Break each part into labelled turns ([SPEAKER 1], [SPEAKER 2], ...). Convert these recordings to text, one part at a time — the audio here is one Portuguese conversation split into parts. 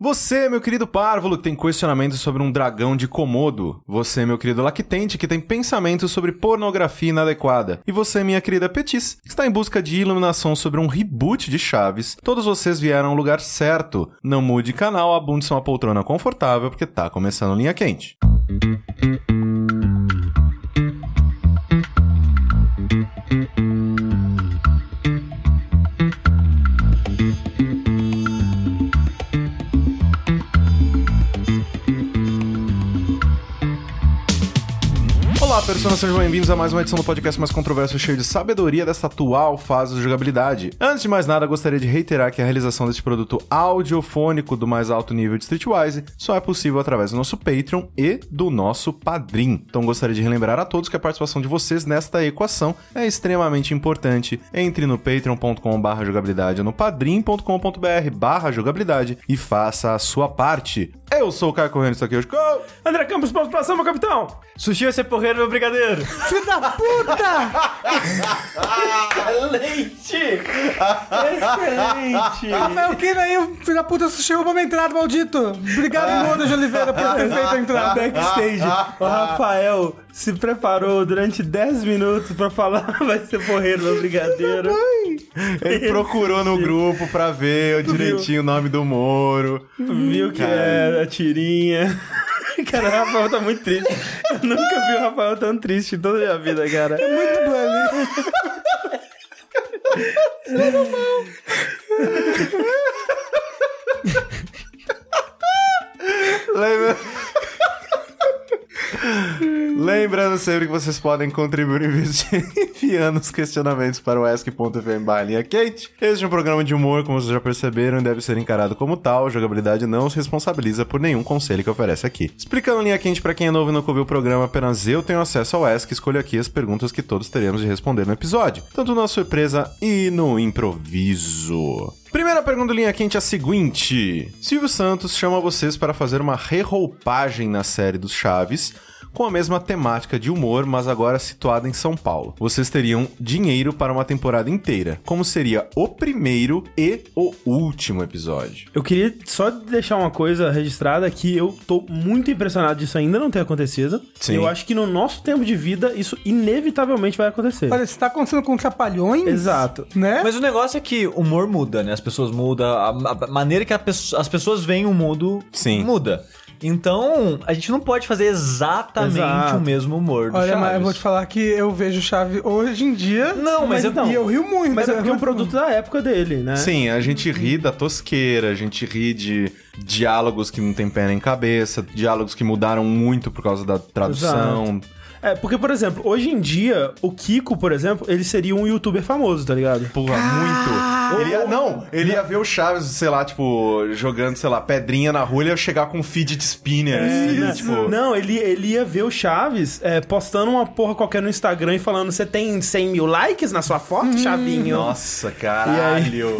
[SPEAKER 1] Você, meu querido párvulo, que tem questionamentos sobre um dragão de Komodo. Você, meu querido lactente, que tem pensamentos sobre pornografia inadequada. E você, minha querida Petis, que está em busca de iluminação sobre um reboot de Chaves. Todos vocês vieram ao lugar certo. Não mude canal, abunde uma poltrona confortável, porque tá começando linha quente. Olá, pessoas, sejam bem-vindos a mais uma edição do podcast mais controverso cheio de sabedoria desta atual fase de jogabilidade. Antes de mais nada, gostaria de reiterar que a realização deste produto audiofônico do mais alto nível de Streetwise só é possível através do nosso Patreon e do nosso Padrim. Então gostaria de relembrar a todos que a participação de vocês nesta equação é extremamente importante. Entre no patreon.com barra jogabilidade ou no padrim.com.br barra jogabilidade e faça a sua parte. Eu sou o Caio Corrêa, estou aqui hoje com...
[SPEAKER 2] André Campos, vamos pra meu capitão! Sushi vai ser porreiro, meu brigadeiro!
[SPEAKER 3] Filho da puta!
[SPEAKER 2] Leite! Excelente!
[SPEAKER 3] Rafael Kina aí, o filho da puta, chegou pra minha entrada, maldito! Obrigado, Mona de Oliveira, por ter feito a
[SPEAKER 2] Ah.
[SPEAKER 3] entrada.
[SPEAKER 2] Backstage, o Rafael se preparou durante 10 minutos pra falar vai ser porreiro, meu brigadeiro.
[SPEAKER 1] Ele procurou no grupo pra ver direitinho o nome do Moro.
[SPEAKER 2] Viu que era tirinha. Cara, o Rafael tá muito triste. Eu nunca vi o Rafael tão triste em toda a minha vida, cara.
[SPEAKER 3] Muito bom ali.
[SPEAKER 1] Lembra... Lembrando sempre que vocês podem contribuir investi- enviando os questionamentos para o ask.fm barrinha quente. Este é um programa de humor, como vocês já perceberam, e deve ser encarado como tal. Jogabilidade não se responsabiliza por nenhum conselho que oferece aqui. Explicando a linha quente para quem é novo e nunca ouviu o programa, apenas eu tenho acesso ao ask e escolho aqui as perguntas que todos teremos de responder no episódio, tanto na surpresa e no improviso. Primeira pergunta do linha quente é a seguinte: Silvio Santos chama vocês para fazer uma reroupagem na série dos Chaves. Com a mesma temática de humor, mas agora situada em São Paulo. Vocês teriam dinheiro para uma temporada inteira, como seria o primeiro e o último episódio.
[SPEAKER 2] Eu queria só deixar uma coisa registrada que eu tô muito impressionado disso ainda não ter acontecido.
[SPEAKER 1] Sim.
[SPEAKER 2] Eu acho que no nosso tempo de vida isso inevitavelmente vai acontecer.
[SPEAKER 3] Olha, se tá acontecendo com trapalhões...
[SPEAKER 2] Exato.
[SPEAKER 3] Né?
[SPEAKER 4] Mas o negócio é que o humor muda, né? As pessoas mudam, a, a maneira que a pesso- as pessoas veem o mundo
[SPEAKER 1] Sim.
[SPEAKER 4] muda. Então, a gente não pode fazer exatamente
[SPEAKER 2] Exato.
[SPEAKER 4] o mesmo humor do
[SPEAKER 3] Olha,
[SPEAKER 4] Chaves.
[SPEAKER 3] mas eu vou te falar que eu vejo Chave hoje em dia...
[SPEAKER 4] Não, mas,
[SPEAKER 2] Mas
[SPEAKER 4] eu...
[SPEAKER 2] então-
[SPEAKER 3] E eu rio muito.
[SPEAKER 2] Mas é
[SPEAKER 3] né?
[SPEAKER 2] porque é um produto da época dele, né?
[SPEAKER 1] Sim, a gente ri da tosqueira, a gente ri de diálogos que não tem pé nem cabeça, diálogos que mudaram muito por causa da tradução.
[SPEAKER 2] É, porque, por exemplo, hoje em dia, o Kiko, por exemplo, ele seria um youtuber famoso, tá ligado?
[SPEAKER 1] Porra, né? muito. Ele ia, não, ele ia ver o Chaves, sei lá, tipo, jogando, sei lá, pedrinha na rua, ele ia chegar com um fidget spinner. assim,
[SPEAKER 2] Né?
[SPEAKER 1] tipo,
[SPEAKER 2] Não, ele, ele ia ver o Chaves é, postando uma porra qualquer no Instagram e falando: Você tem 100 mil likes na sua foto, Chavinho?
[SPEAKER 1] Hum. Nossa, caralho.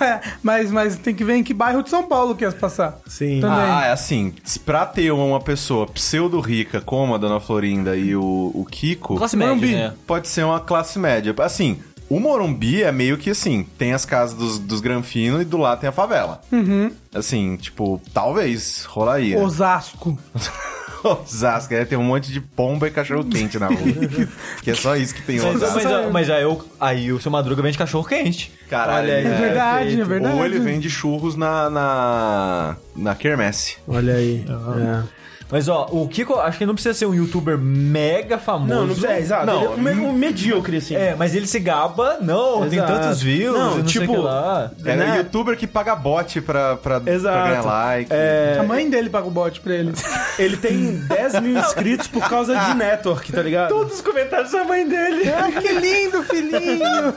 [SPEAKER 3] É, mas, mas tem que ver em que bairro de São Paulo que ia passar.
[SPEAKER 2] Sim.
[SPEAKER 3] Também.
[SPEAKER 1] Ah, é assim, pra ter uma pessoa pseudo-rica como a Dona Florinda e o, o Kiko...
[SPEAKER 4] Classe média,
[SPEAKER 3] Morumbi.
[SPEAKER 4] né?
[SPEAKER 1] pode ser uma classe média. Assim, o Morumbi é meio que assim, tem as casas dos, dos granfinos e do lado tem a favela. Uhum. Assim, tipo, talvez rolaria.
[SPEAKER 3] Osasco.
[SPEAKER 1] Osasco, aí tem um monte de pomba e cachorro quente na rua. que é só isso que tem em
[SPEAKER 4] Mas, mas,
[SPEAKER 1] Osasco.
[SPEAKER 4] mas, mas aí, eu, aí o seu Madruga vende cachorro quente.
[SPEAKER 1] Caralho.
[SPEAKER 2] Olha aí.
[SPEAKER 3] É,
[SPEAKER 1] né?
[SPEAKER 3] verdade, é
[SPEAKER 2] perfeito.
[SPEAKER 3] verdade.
[SPEAKER 1] Ou ele vende churros na, na, na quermesse.
[SPEAKER 2] Olha aí.
[SPEAKER 1] Ah.
[SPEAKER 2] É.
[SPEAKER 4] Mas ó, o Kiko, acho que ele não precisa ser um youtuber mega famoso.
[SPEAKER 2] Não, não precisa. É, exato.
[SPEAKER 1] Não, hum.
[SPEAKER 2] ele é um me- um, medíocre, assim.
[SPEAKER 4] É, mas ele se gaba, não, tem
[SPEAKER 2] Exato.
[SPEAKER 4] tantos views,
[SPEAKER 2] Não,
[SPEAKER 4] e não sei
[SPEAKER 2] tipo,
[SPEAKER 4] o que lá.
[SPEAKER 1] É
[SPEAKER 2] Né?
[SPEAKER 1] youtuber que paga bot pra, pra, pra
[SPEAKER 2] Exato.
[SPEAKER 1] ganhar like.
[SPEAKER 3] A mãe dele paga o bote pra ele.
[SPEAKER 2] Ele tem 10 mil inscritos por causa
[SPEAKER 1] Ah.
[SPEAKER 2] de network, tá ligado? Todos os comentários da mãe dele.
[SPEAKER 3] Ai, que lindo, filhinho!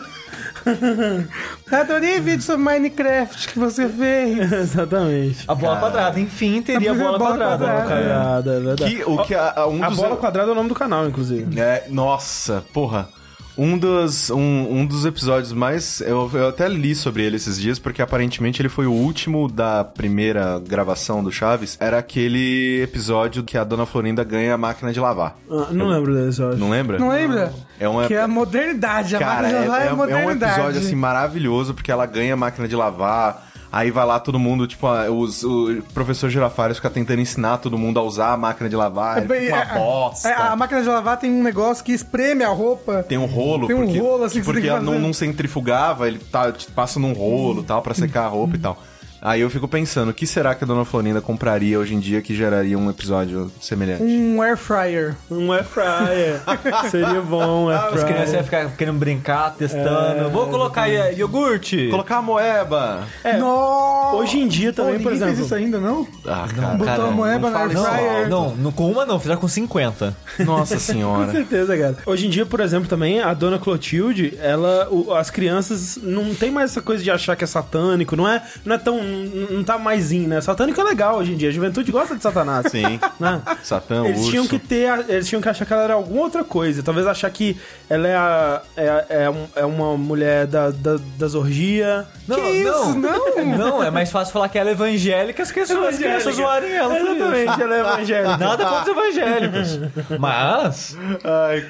[SPEAKER 3] Tá Adorei o vídeo sobre Minecraft que você fez.
[SPEAKER 2] Exatamente.
[SPEAKER 4] A bola quadrada, enfim, teria
[SPEAKER 2] é
[SPEAKER 4] a bola,
[SPEAKER 3] bola
[SPEAKER 4] quadrada.
[SPEAKER 3] quadrada.
[SPEAKER 4] né, cara?
[SPEAKER 2] Quadrada, é verdade.
[SPEAKER 1] Que, o que a, a- um
[SPEAKER 2] A
[SPEAKER 1] dos
[SPEAKER 2] bola quadrada é o nome do canal, inclusive.
[SPEAKER 1] É, nossa, porra. Um dos, um, um dos episódios mais. Eu, eu até li sobre ele esses dias, porque aparentemente ele foi o último da primeira gravação do Chaves. Era aquele episódio que a dona Florinda ganha a máquina de lavar.
[SPEAKER 2] Ah, não lembro desse, eu acho.
[SPEAKER 1] Não lembra?
[SPEAKER 3] Não lembra?
[SPEAKER 1] É um,
[SPEAKER 3] Que é a modernidade. A
[SPEAKER 1] cara,
[SPEAKER 3] Marta
[SPEAKER 1] é,
[SPEAKER 3] Jordan é,
[SPEAKER 1] é- é um
[SPEAKER 3] modernidade.
[SPEAKER 1] episódio assim maravilhoso, porque ela ganha a máquina de lavar. Aí vai lá todo mundo, tipo, ah, os- o professor Girafales fica tentando ensinar todo mundo a usar a máquina de lavar. ele
[SPEAKER 3] bem,
[SPEAKER 1] fica uma
[SPEAKER 3] é,
[SPEAKER 1] bosta.
[SPEAKER 3] é, a máquina de lavar tem um negócio que espreme a roupa.
[SPEAKER 1] Tem um rolo,
[SPEAKER 3] Tem um
[SPEAKER 1] porque,
[SPEAKER 3] rolo, assim, que você
[SPEAKER 1] porque
[SPEAKER 3] tem que
[SPEAKER 1] ela não,
[SPEAKER 3] fazer.
[SPEAKER 1] não centrifugava, ele tá, te passa num rolo tal, pra secar a roupa e tal. Aí eu fico pensando, o que será que a dona Florinda compraria hoje em dia que geraria um episódio semelhante?
[SPEAKER 3] Um air fryer.
[SPEAKER 2] Um air fryer. Seria bom um
[SPEAKER 3] Ah,
[SPEAKER 2] air
[SPEAKER 4] As
[SPEAKER 2] fryer.
[SPEAKER 3] é
[SPEAKER 4] crianças iam ficar querendo brincar, testando. Vou colocar aí, iogurte.
[SPEAKER 1] Colocar a moeba!
[SPEAKER 2] É,
[SPEAKER 3] Nossa!
[SPEAKER 2] Hoje em dia também,
[SPEAKER 3] Pô,
[SPEAKER 2] por
[SPEAKER 3] ninguém
[SPEAKER 2] exemplo.
[SPEAKER 3] fez isso ainda, não?
[SPEAKER 1] Ah, cara.
[SPEAKER 3] Botar
[SPEAKER 4] Cara,
[SPEAKER 3] uma moeba
[SPEAKER 4] não
[SPEAKER 3] na air
[SPEAKER 4] fala isso
[SPEAKER 3] fryer.
[SPEAKER 4] alto. Não, não, com uma não, fizeram com 50.
[SPEAKER 1] Nossa
[SPEAKER 2] Com
[SPEAKER 1] senhora.
[SPEAKER 2] certeza, cara. Hoje em dia, por exemplo, também a dona Clotilde, ela, o- as crianças não tem mais essa coisa de achar que é satânico, não é, não é tão, não não tá mais in, né? Satânico é legal hoje em dia, a juventude gosta de satanás.
[SPEAKER 1] Sim.
[SPEAKER 2] Né?
[SPEAKER 1] Satã,
[SPEAKER 2] Eles
[SPEAKER 1] urso.
[SPEAKER 2] tinham que ter, a- eles tinham que achar que ela era alguma outra coisa. Talvez achar que ela é, a- é, é um- é uma mulher da, da, das orgia.
[SPEAKER 4] Não,
[SPEAKER 3] isso?
[SPEAKER 4] não.
[SPEAKER 3] Não.
[SPEAKER 4] Não, é mais fácil falar que ela é evangélica as crianças, as crianças zoarem ela. por isso.
[SPEAKER 2] Exatamente, ela é evangélica.
[SPEAKER 4] Nada contra os evangélicos. Mas.
[SPEAKER 1] Ai,
[SPEAKER 2] Rafael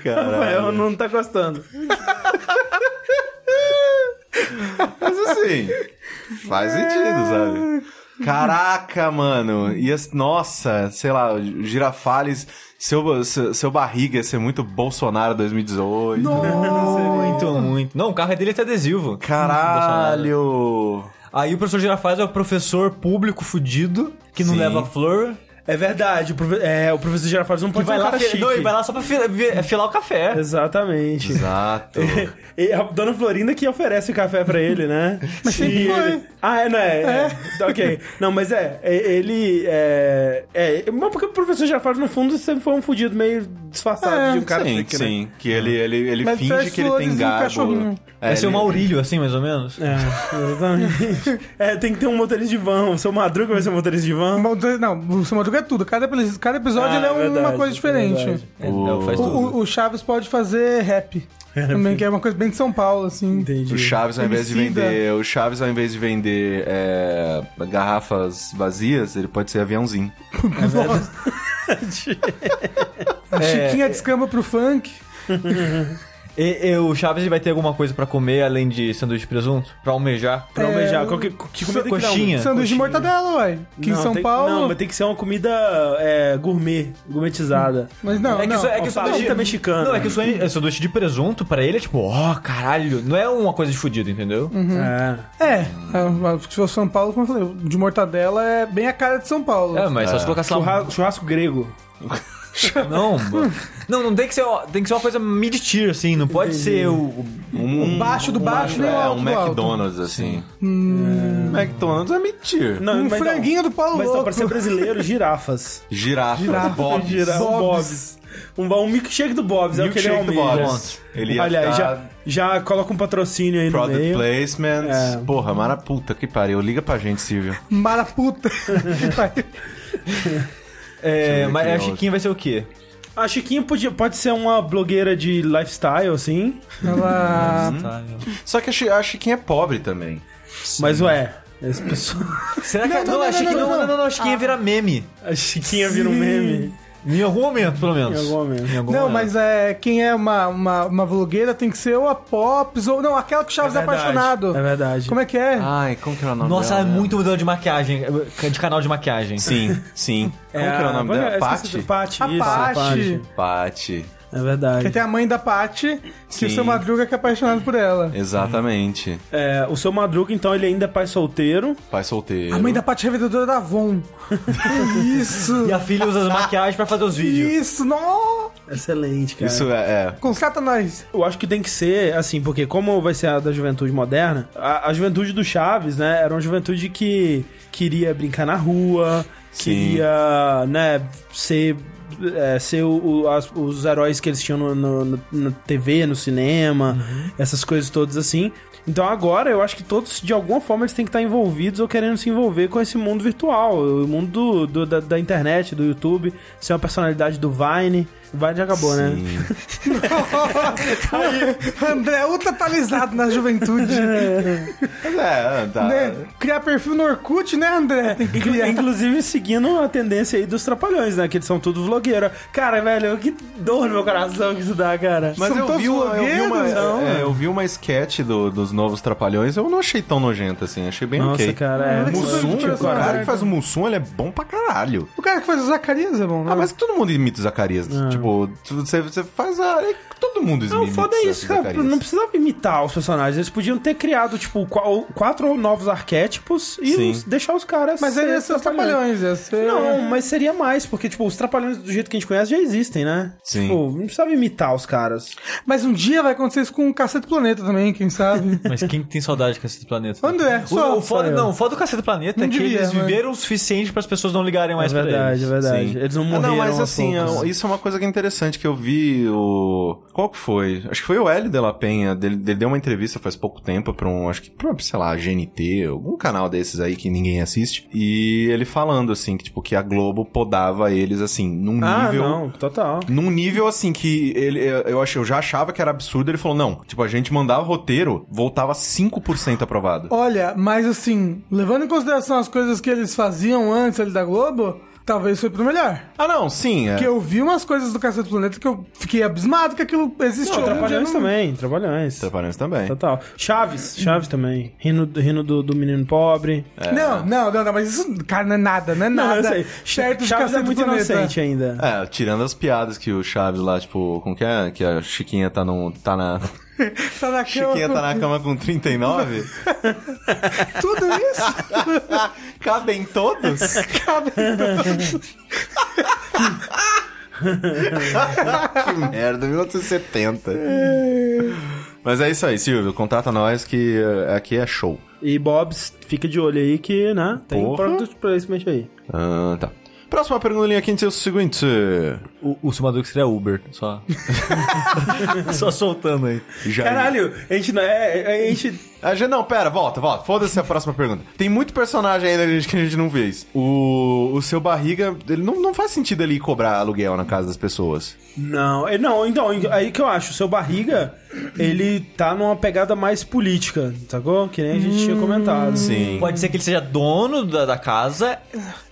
[SPEAKER 1] cara.
[SPEAKER 2] não tá gostando.
[SPEAKER 1] Mas assim, faz sentido, sabe? Caraca, mano. E as, nossa, sei lá, o girafales, seu, seu, seu barriga ia ser muito Bolsonaro 2018.
[SPEAKER 4] Muito, muito. Não, o carro dele é até adesivo.
[SPEAKER 1] Caralho!
[SPEAKER 4] Aí o professor Girafaz é o professor público fudido, que não
[SPEAKER 1] Sim.
[SPEAKER 4] leva flor.
[SPEAKER 2] É verdade, o, profe- é, o professor Girafales não
[SPEAKER 4] Que
[SPEAKER 2] pode
[SPEAKER 4] vai
[SPEAKER 2] ser um
[SPEAKER 4] lá,
[SPEAKER 2] cara
[SPEAKER 4] fi-
[SPEAKER 2] chique.
[SPEAKER 4] não, ele vai lá só pra fi- vi- filar o café.
[SPEAKER 2] Exatamente.
[SPEAKER 1] Exato.
[SPEAKER 2] E a dona Florinda que oferece o café pra ele, né? Mas
[SPEAKER 3] sempre foi.
[SPEAKER 2] Ah, é, né? É. Ok. Não, mas é, é, ele é... é mas porque o professor Jafar, no fundo, sempre foi um fudido meio disfarçado
[SPEAKER 3] É,
[SPEAKER 2] de um cara
[SPEAKER 1] sim,
[SPEAKER 2] freak, né?
[SPEAKER 1] sim. Que ele, ele, ele
[SPEAKER 3] Mas
[SPEAKER 1] finge
[SPEAKER 3] parece
[SPEAKER 1] que ele tem
[SPEAKER 3] flores e um
[SPEAKER 1] garbo.
[SPEAKER 3] cachorrinho.
[SPEAKER 1] É,
[SPEAKER 4] Vai ser o
[SPEAKER 1] ele-
[SPEAKER 4] Maurílio, assim, mais ou menos.
[SPEAKER 2] É, exatamente. é, tem que ter um motorista de van. O seu Madruga vai ser um motorista de van.
[SPEAKER 3] Madruga- Não, o seu Madruga é tudo. Cada, epi- cada episódio
[SPEAKER 2] Ah,
[SPEAKER 3] ele é uma
[SPEAKER 2] verdade,
[SPEAKER 3] coisa diferente.
[SPEAKER 2] verdade.
[SPEAKER 4] É, não, faz
[SPEAKER 3] O,
[SPEAKER 4] tudo.
[SPEAKER 3] o- o Chaves pode fazer rap. Também, que é uma coisa bem de São Paulo, assim.
[SPEAKER 2] Entendi.
[SPEAKER 1] O Chaves, ao invés de
[SPEAKER 3] Emicida.
[SPEAKER 1] vender, o Chaves, ao invés de vender é, garrafas vazias, ele pode ser aviãozinho.
[SPEAKER 2] é
[SPEAKER 3] A
[SPEAKER 4] É.
[SPEAKER 3] Chiquinha descamba pro funk.
[SPEAKER 4] E, e o Chaves vai ter alguma coisa pra comer além de sanduíche de presunto? Pra almejar?
[SPEAKER 2] Pra
[SPEAKER 3] É,
[SPEAKER 2] almejar. Qual que, que comida que dá um-
[SPEAKER 4] coxinha.
[SPEAKER 3] Sanduíche de
[SPEAKER 2] coxinha.
[SPEAKER 3] mortadela, ué. Que em
[SPEAKER 2] Não,
[SPEAKER 3] São
[SPEAKER 2] tem- Não,
[SPEAKER 3] Paulo.
[SPEAKER 2] mas tem que ser uma comida é, gourmet, gourmetizada.
[SPEAKER 3] Mas não,
[SPEAKER 4] é que,
[SPEAKER 3] não.
[SPEAKER 4] isso- é que o
[SPEAKER 2] salada
[SPEAKER 4] sanduíche
[SPEAKER 2] mexicana.
[SPEAKER 4] Não, é que o sanduíche é sanduíche de presunto pra ele é tipo, ó, caralho. Não é uma coisa de fudido, entendeu?
[SPEAKER 2] É.
[SPEAKER 3] É, é, se fosse São Paulo, como eu falei, de mortadela é bem a cara de São Paulo.
[SPEAKER 4] É, mas só se colocar
[SPEAKER 3] um
[SPEAKER 4] salada.
[SPEAKER 2] Churrasco, churrasco grego.
[SPEAKER 4] Não, mano. não, não tem que ser, ó, tem que ser uma coisa mid-tier, assim. Não pode ser o. o-
[SPEAKER 1] Um,
[SPEAKER 3] baixo do baixo, nem o
[SPEAKER 1] é,
[SPEAKER 3] alto
[SPEAKER 1] um
[SPEAKER 3] do alto.
[SPEAKER 1] McDonald's, assim. É, McDonald's é mentira.
[SPEAKER 2] Não,
[SPEAKER 3] Hum, Um
[SPEAKER 2] mas não.
[SPEAKER 3] franguinho do Paulo
[SPEAKER 2] Mas então,
[SPEAKER 3] Louco.
[SPEAKER 2] pra ser brasileiro, girafas.
[SPEAKER 1] Girafa,
[SPEAKER 3] Girafa,
[SPEAKER 1] Bob.
[SPEAKER 2] Gira- um
[SPEAKER 3] Bob's.
[SPEAKER 2] Bob's. Um, um milkshake do Bob's, é o que ele
[SPEAKER 1] Milkshake do
[SPEAKER 2] almeja.
[SPEAKER 1] Bob's. Ele ia
[SPEAKER 2] Aliás,
[SPEAKER 1] ficar-
[SPEAKER 2] já, já coloca um patrocínio aí no
[SPEAKER 1] Product
[SPEAKER 2] meio.
[SPEAKER 1] placement.
[SPEAKER 2] É.
[SPEAKER 1] Porra, maraputa, que pariu. Liga pra gente, Silvio.
[SPEAKER 3] Maraputa.
[SPEAKER 4] É, mas
[SPEAKER 1] aqui,
[SPEAKER 4] a
[SPEAKER 1] ó.
[SPEAKER 4] Chiquinha vai ser o quê?
[SPEAKER 2] A Chiquinha podia, pode ser uma blogueira de lifestyle, assim.
[SPEAKER 3] Ela.
[SPEAKER 4] Hum?
[SPEAKER 1] Só que a, Chi- a Chiquinha é pobre também.
[SPEAKER 2] Mas ué, esse pessoal...
[SPEAKER 4] Será que. é-
[SPEAKER 3] Não,
[SPEAKER 4] Não,
[SPEAKER 3] não,
[SPEAKER 4] a
[SPEAKER 3] não,
[SPEAKER 4] Chiquinha.
[SPEAKER 3] não,
[SPEAKER 4] Não,
[SPEAKER 3] não,
[SPEAKER 4] não, não, a Chiquinha vira meme.
[SPEAKER 2] a Chiquinha vira um meme.
[SPEAKER 4] Em algum momento, pelo menos.
[SPEAKER 2] Em algum momento.
[SPEAKER 4] Em algum
[SPEAKER 3] Não,
[SPEAKER 4] momento.
[SPEAKER 3] mas é, quem é uma, uma, uma blogueira tem que ser ou a Pops ou. Não, aquela que o Chaves é,
[SPEAKER 2] verdade,
[SPEAKER 3] apaixonado.
[SPEAKER 2] É verdade. Ah,
[SPEAKER 3] Como é que é?
[SPEAKER 1] Ai, como que era o nome
[SPEAKER 4] Nossa, ela
[SPEAKER 1] dela?
[SPEAKER 4] é muito mudando de maquiagem, de canal de maquiagem.
[SPEAKER 1] Sim, sim. como que era o nome
[SPEAKER 2] olha,
[SPEAKER 1] dela?
[SPEAKER 2] É, eu esqueci
[SPEAKER 1] Pati?
[SPEAKER 2] do Pati,
[SPEAKER 3] A
[SPEAKER 2] isso, a
[SPEAKER 3] Paty.
[SPEAKER 2] Paty.
[SPEAKER 1] Pati.
[SPEAKER 2] É verdade.
[SPEAKER 3] Que tem a mãe da Paty, que
[SPEAKER 1] Sim.
[SPEAKER 3] o seu Madruga que é apaixonado por ela.
[SPEAKER 1] Exatamente.
[SPEAKER 2] É, o seu Madruga, então, ele ainda é pai solteiro.
[SPEAKER 1] Pai solteiro.
[SPEAKER 3] A mãe da Paty é vendedora da Avon. Que isso!
[SPEAKER 4] E a filha usa as maquiagens pra fazer os
[SPEAKER 3] Que
[SPEAKER 4] vídeos.
[SPEAKER 3] Isso, não!
[SPEAKER 2] Excelente, cara.
[SPEAKER 1] Isso é, é.
[SPEAKER 3] Contrata nós.
[SPEAKER 2] Eu acho que tem que ser, assim, porque como vai ser a da juventude moderna, a, a juventude do Chaves, né, era uma juventude que queria brincar na rua,
[SPEAKER 1] Sim.
[SPEAKER 2] queria, né, ser, é, ser o- o- as- os heróis que eles tinham no, no- no- na TV, no cinema,
[SPEAKER 1] Uhum.
[SPEAKER 2] essas coisas todas assim. Então agora eu acho que todos, de alguma forma, eles têm que estar envolvidos ou querendo se envolver com esse mundo virtual, o mundo do- do- da, da internet, do YouTube, ser uma personalidade do Vine, Vai já acabou, né?
[SPEAKER 1] Sim.
[SPEAKER 3] André ultra atualizado na juventude.
[SPEAKER 1] Mas é, tá.
[SPEAKER 3] Né? Criar perfil no Orkut, né, André? Tem que
[SPEAKER 2] Inclu-
[SPEAKER 3] criar.
[SPEAKER 2] é, Inclusive seguindo a tendência aí dos trapalhões, né? Que eles são tudo vlogueira. Cara, velho, que dor no meu coração que isso dá, cara.
[SPEAKER 1] Mas
[SPEAKER 3] São
[SPEAKER 1] eu
[SPEAKER 3] todos
[SPEAKER 1] vi, uma- eu vi uma,
[SPEAKER 3] blogueiros, não,
[SPEAKER 1] é,
[SPEAKER 2] né?
[SPEAKER 1] eu vi uma sketch do- dos novos Trapalhões, eu não achei tão nojento assim, achei bem
[SPEAKER 2] Nossa,
[SPEAKER 1] ok.
[SPEAKER 2] cara, é.
[SPEAKER 3] Olha que
[SPEAKER 1] Mussum,
[SPEAKER 3] Tipo,
[SPEAKER 1] o cara que
[SPEAKER 3] Roberto.
[SPEAKER 1] faz o Mussum, ele é bom pra caralho.
[SPEAKER 3] O cara que faz o Zacarias é bom, né?
[SPEAKER 1] Ah, mas todo mundo imita o Zacarias. Tipo, tu- você, você faz a área que todo mundo imita
[SPEAKER 2] É. Não, foda é
[SPEAKER 1] o
[SPEAKER 2] isso, cara.
[SPEAKER 1] Zacarias.
[SPEAKER 2] Não precisava imitar os personagens. Eles podiam ter criado, tipo, qual- quatro novos arquétipos e
[SPEAKER 1] Sim.
[SPEAKER 2] os- deixar os caras.
[SPEAKER 3] Mas ele ia ser os trapalhões, né? é ia ser...
[SPEAKER 2] é Não, mas seria mais, porque, tipo, os trapalhões do jeito que a gente conhece já existem, né?
[SPEAKER 1] Sim.
[SPEAKER 2] Tipo, não precisava imitar os caras.
[SPEAKER 3] Mas um dia vai acontecer isso com o Cacete Planeta também, quem sabe?
[SPEAKER 4] Mas quem tem saudade do Cacete do Planeta?
[SPEAKER 3] André,
[SPEAKER 4] o,
[SPEAKER 3] só-
[SPEAKER 4] o foda,
[SPEAKER 2] só eu.
[SPEAKER 4] não, o foda do Cacete do Planeta é
[SPEAKER 3] Não
[SPEAKER 4] que
[SPEAKER 3] devia,
[SPEAKER 4] eles
[SPEAKER 3] mas-
[SPEAKER 4] viveram o suficiente para as pessoas não ligarem mais
[SPEAKER 2] é
[SPEAKER 4] pra
[SPEAKER 2] verdade, é
[SPEAKER 4] eles.
[SPEAKER 2] verdade.
[SPEAKER 1] Sim.
[SPEAKER 2] Eles não
[SPEAKER 1] Ah,
[SPEAKER 2] morreram.
[SPEAKER 1] Não, mas
[SPEAKER 2] aos
[SPEAKER 1] assim,
[SPEAKER 2] poucos.
[SPEAKER 1] eu- isso é uma coisa que é interessante que eu vi o. Qual que foi? Acho que foi o Hélio de La Penha. Ele, ele deu uma entrevista faz pouco tempo pra um, acho que, pra, sei lá, GNT, algum canal desses aí que ninguém assiste. E ele falando, assim, que, tipo, que a Globo podava eles, assim, num
[SPEAKER 2] Ah,
[SPEAKER 1] nível.
[SPEAKER 2] não, total.
[SPEAKER 1] Num nível assim que ele, eu, eu achei, eu já achava que era absurdo, ele falou: não, tipo, a gente mandava roteiro, voltava 5% aprovado.
[SPEAKER 3] Olha, mas assim, levando em consideração as coisas que eles faziam antes ali da Globo, talvez foi pro melhor.
[SPEAKER 1] Ah, não, sim. É.
[SPEAKER 3] Porque eu vi umas coisas do Cacete Planeta que eu fiquei abismado que aquilo existiu.
[SPEAKER 2] Não,
[SPEAKER 3] Um dia
[SPEAKER 2] trapalhões
[SPEAKER 3] não-
[SPEAKER 2] também, trapalhões.
[SPEAKER 1] Trapalhões também.
[SPEAKER 2] Total. Chaves, Chaves também. Rino, rino do, do menino pobre.
[SPEAKER 3] Não, não, não, não, mas isso, cara, não é nada, não é
[SPEAKER 2] É. Não,
[SPEAKER 3] nada.
[SPEAKER 2] eu sei.
[SPEAKER 3] Certo de
[SPEAKER 2] Chaves é
[SPEAKER 3] Cacete
[SPEAKER 2] muito
[SPEAKER 3] Planeta.
[SPEAKER 2] inocente ainda.
[SPEAKER 1] É, tirando as piadas que o Chaves lá, tipo, como que é? Que a Chiquinha tá num. tá na.
[SPEAKER 3] Tá na cama,
[SPEAKER 1] Chiquinha tá na cama com 39?
[SPEAKER 3] tudo isso.
[SPEAKER 1] Cabem todos?
[SPEAKER 3] Cabe então.
[SPEAKER 1] que merda, 1970. Mas é isso aí, Silvio. Contata nós que eh, aqui é show.
[SPEAKER 2] E Bobs, fica de olho aí que, né? Tem
[SPEAKER 1] Porra.
[SPEAKER 2] produtos pra esse mês aí.
[SPEAKER 1] Ah, tá. Próxima pergunta linha quente é o seguinte.
[SPEAKER 4] O, o Sumadux seria Uber, só. só soltando aí.
[SPEAKER 1] Já
[SPEAKER 2] Caralho, a gente não é. A gente.
[SPEAKER 1] A gente, não, pera, volta, volta. Foda-se a próxima pergunta. Tem muito personagem ainda gente, que a gente não fez. O, o seu barriga, ele não, não faz sentido ele ir cobrar aluguel na casa das pessoas.
[SPEAKER 2] Não, é- não, então, aí que eu acho, o seu barriga, ele tá numa pegada mais política, sacou? Que nem a gente tinha comentado.
[SPEAKER 1] Sim.
[SPEAKER 4] Pode ser que ele seja dono da, da casa,